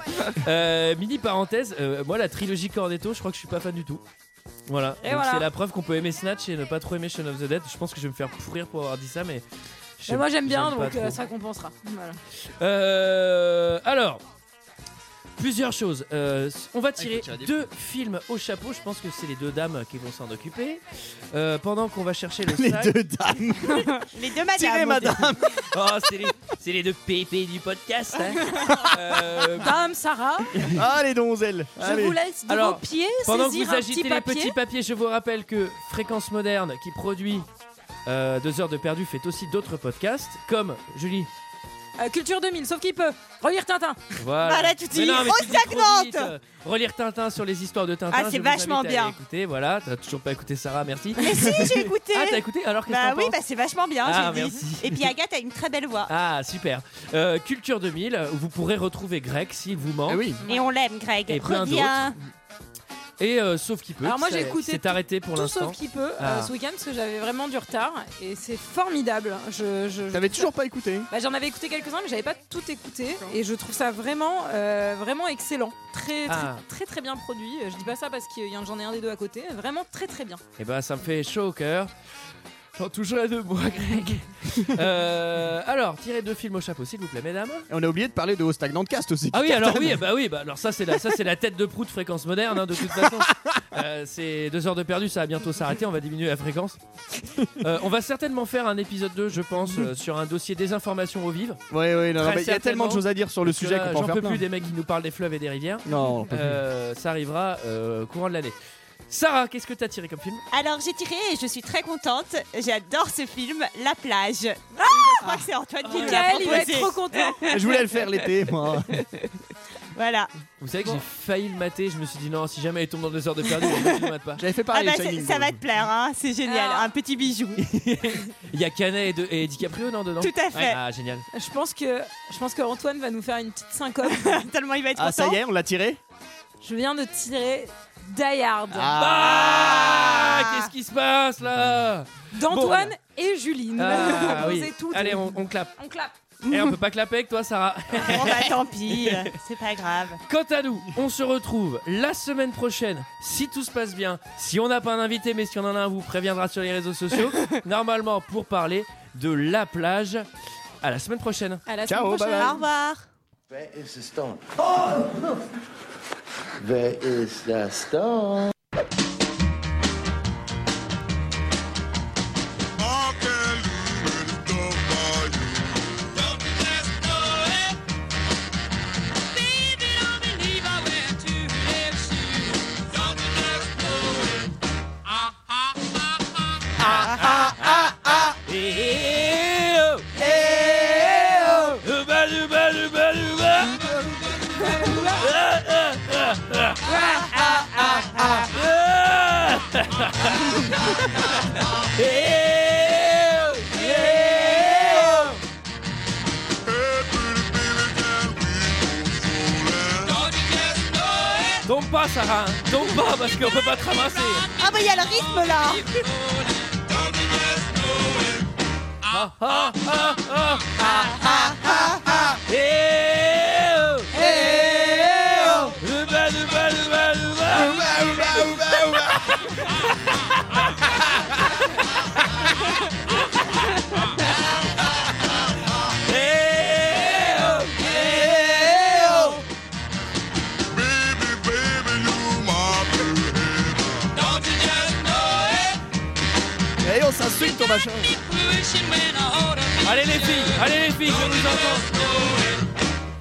S1: Euh, Mini parenthèse, euh, moi la trilogie Cornetto je crois que je suis pas fan du tout Voilà,
S9: Et
S1: Donc,
S9: voilà.
S1: c'est la preuve qu'on peut aimer Snatch et ne pas trop aimer Shaun of the Dead Je pense que je vais me faire pourrir pour avoir dit ça mais... je-
S9: Mais moi j'aime
S1: pas
S9: bien, donc euh,
S1: trop.
S9: ça compensera. Voilà.
S1: Euh, alors, plusieurs choses. Euh, on va tirer
S2: tirer des-
S1: deux films au chapeau. Je pense que c'est les deux dames qui vont s'en occuper. Euh, pendant qu'on va chercher le
S6: [laughs] Les
S1: sac.
S6: deux dames.
S7: les deux madames.
S1: Tirez, madame. [laughs] oh, c'est les, c'est les deux pépés du podcast. hein. Euh,
S9: Dame Sarah,
S6: Ah, les donzelles.
S9: Je vous laisse de vos pieds
S1: Pendant que
S9: saisir
S1: vous
S9: un
S1: agitez
S9: petit
S1: les
S9: papier.
S1: petits papiers, je vous rappelle que Fréquence Moderne, qui produit euh, Deux heures de perdu, fait aussi d'autres podcasts, comme Julie.
S9: euh, culture 2000, sauf qu'il peut. Relire Tintin.
S1: Voilà.
S9: Bah là, tu dis,
S1: Mais non, mais
S9: oh,
S1: tu dis trop
S9: stagnante
S1: vite. Euh, Relire Tintin sur les histoires de Tintin.
S7: Ah, c'est
S1: je vous
S7: vachement
S1: invite à aller
S7: bien.
S1: Écouter, voilà, t'as toujours pas écouté Sarah, merci. [laughs]
S7: Mais si, j'ai écouté.
S1: Ah, t'as écouté Alors qu'est-ce
S7: Bah
S1: que t'en
S7: oui,
S1: penses
S7: bah c'est vachement bien,
S1: Ah,
S7: j'ai dit.
S1: merci.
S7: Et puis Agathe a une très belle voix.
S1: Ah, super. Euh, Culture 2000, où vous pourrez retrouver Greg s'il vous manque.
S7: Et on l'aime, Greg.
S1: Et plein
S7: Reviens.
S1: Et euh, sauf qu'il peut.
S9: Alors moi j'ai
S1: ça-
S9: écouté
S1: C'est
S9: tout-
S1: arrêté pour
S9: tout
S1: l'instant.
S9: sauf qui peut euh,
S1: Ah.
S9: ce week-end parce que j'avais vraiment du retard et c'est formidable. Je, je- je-
S6: T'avais toujours pas écouté
S9: Bah, j'en avais écouté quelques-uns mais j'avais pas tout écouté et je trouve ça vraiment euh, vraiment excellent, très très,
S1: Ah.
S9: très très bien produit. Je dis pas ça parce que j'en ai un des deux à côté, vraiment très très bien.
S1: Et ben ça me fait chaud au cœur. J'en toucherai deux mois, Greg. [laughs] Euh, alors, tirez deux films au chapeau, s'il vous plaît, mesdames.
S6: Et on a oublié de parler de Haut Stagnant de Cast aussi.
S1: Ah oui,
S6: qui
S1: alors
S6: cartonne.
S1: oui, bah oui, bah alors ça c'est la, ça c'est la tête de proue de fréquence moderne hein, de toute [laughs] façon. Euh, c'est deux heures de perdu, ça va bientôt s'arrêter, on va diminuer la fréquence. Euh, on va certainement faire un épisode 2 je pense, euh, sur un dossier désinformation au vive.
S6: Oui, oui, non, non,
S1: Très
S6: mais il y a tellement de choses à dire sur le
S1: parce que
S6: sujet
S1: là,
S6: qu'on peut en
S1: J'en
S6: faire
S1: peux
S6: plein.
S1: plus des mecs qui nous parlent des fleuves et des rivières.
S6: Non, on peut plus.
S1: Euh, ça arrivera euh, courant de l'année. Sarah, qu'est-ce que t'as tiré comme film
S7: Alors j'ai tiré et je suis très contente. J'adore ce film, La plage. je crois que c'est Antoine qui
S9: Michael, Ah
S7: Ah, l'a
S9: il
S7: proposé.
S9: va être trop content.
S6: Je voulais le faire l'été,
S1: [laughs]
S6: moi.
S7: Voilà.
S1: Vous savez que j'ai failli le mater, je me suis dit non, si jamais il tombe dans deux heures de perdu, je ne le mate pas.
S6: J'avais fait
S7: Ah bah, c'est- ça va te plaire, hein, c'est génial.
S9: Ah.
S7: Un petit bijou.
S1: Il y a Canet et, de- et DiCaprio non dedans
S7: Tout à fait.
S1: Ah génial.
S9: Je pense que je pense que Antoine va nous faire une petite syncope.
S7: Tellement il va
S6: Ah, ça y est, on l'a tiré
S9: Je viens de tirer Die Hard.
S1: Ah, qu'est-ce qui se passe là
S9: D'Antoine
S1: Bon.
S9: et Julie. Nous avons
S1: Ah,
S9: proposé
S1: oui.
S9: tout.
S1: Allez, on, on clappe.
S9: On clappe.
S1: Et on peut pas clapper avec toi, Sarah.
S7: Bon bah tant pis, euh, c'est pas grave.
S1: Quant à nous, on se retrouve la semaine prochaine, si tout se passe bien. Si on n'a pas un invité, mais si on en a un, vous préviendra sur les réseaux sociaux. Normalement, pour parler de la plage. À la semaine prochaine.
S9: À la
S7: semaine prochaine. Au revoir.
S14: Wer ist es dann? Oh! Wer ist das dann?
S1: Tombe pas, Sarah. Tombe pas parce qu'on peut pas te ramasser.
S7: Ah bah il y a le rythme là.
S1: Ah, ah, ah, ah. Eh oh. Le bas, le bas, le bas, le bas.
S6: Et on s'insulte, ton machin.
S1: Allez les filles, allez les filles, je vous entends.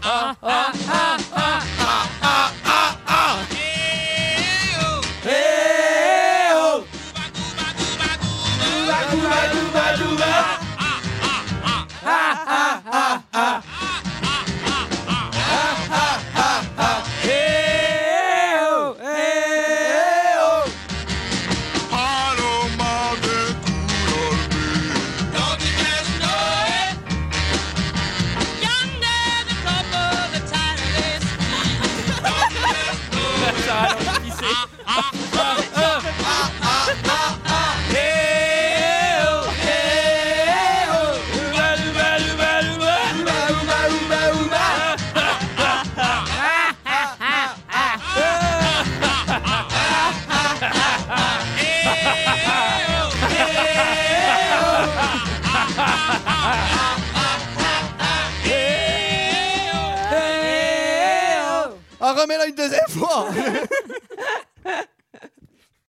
S1: Ah ah ah ah ah ah ah ah. Eh oh. [laughs]
S6: Ah, remets-la une deuxième fois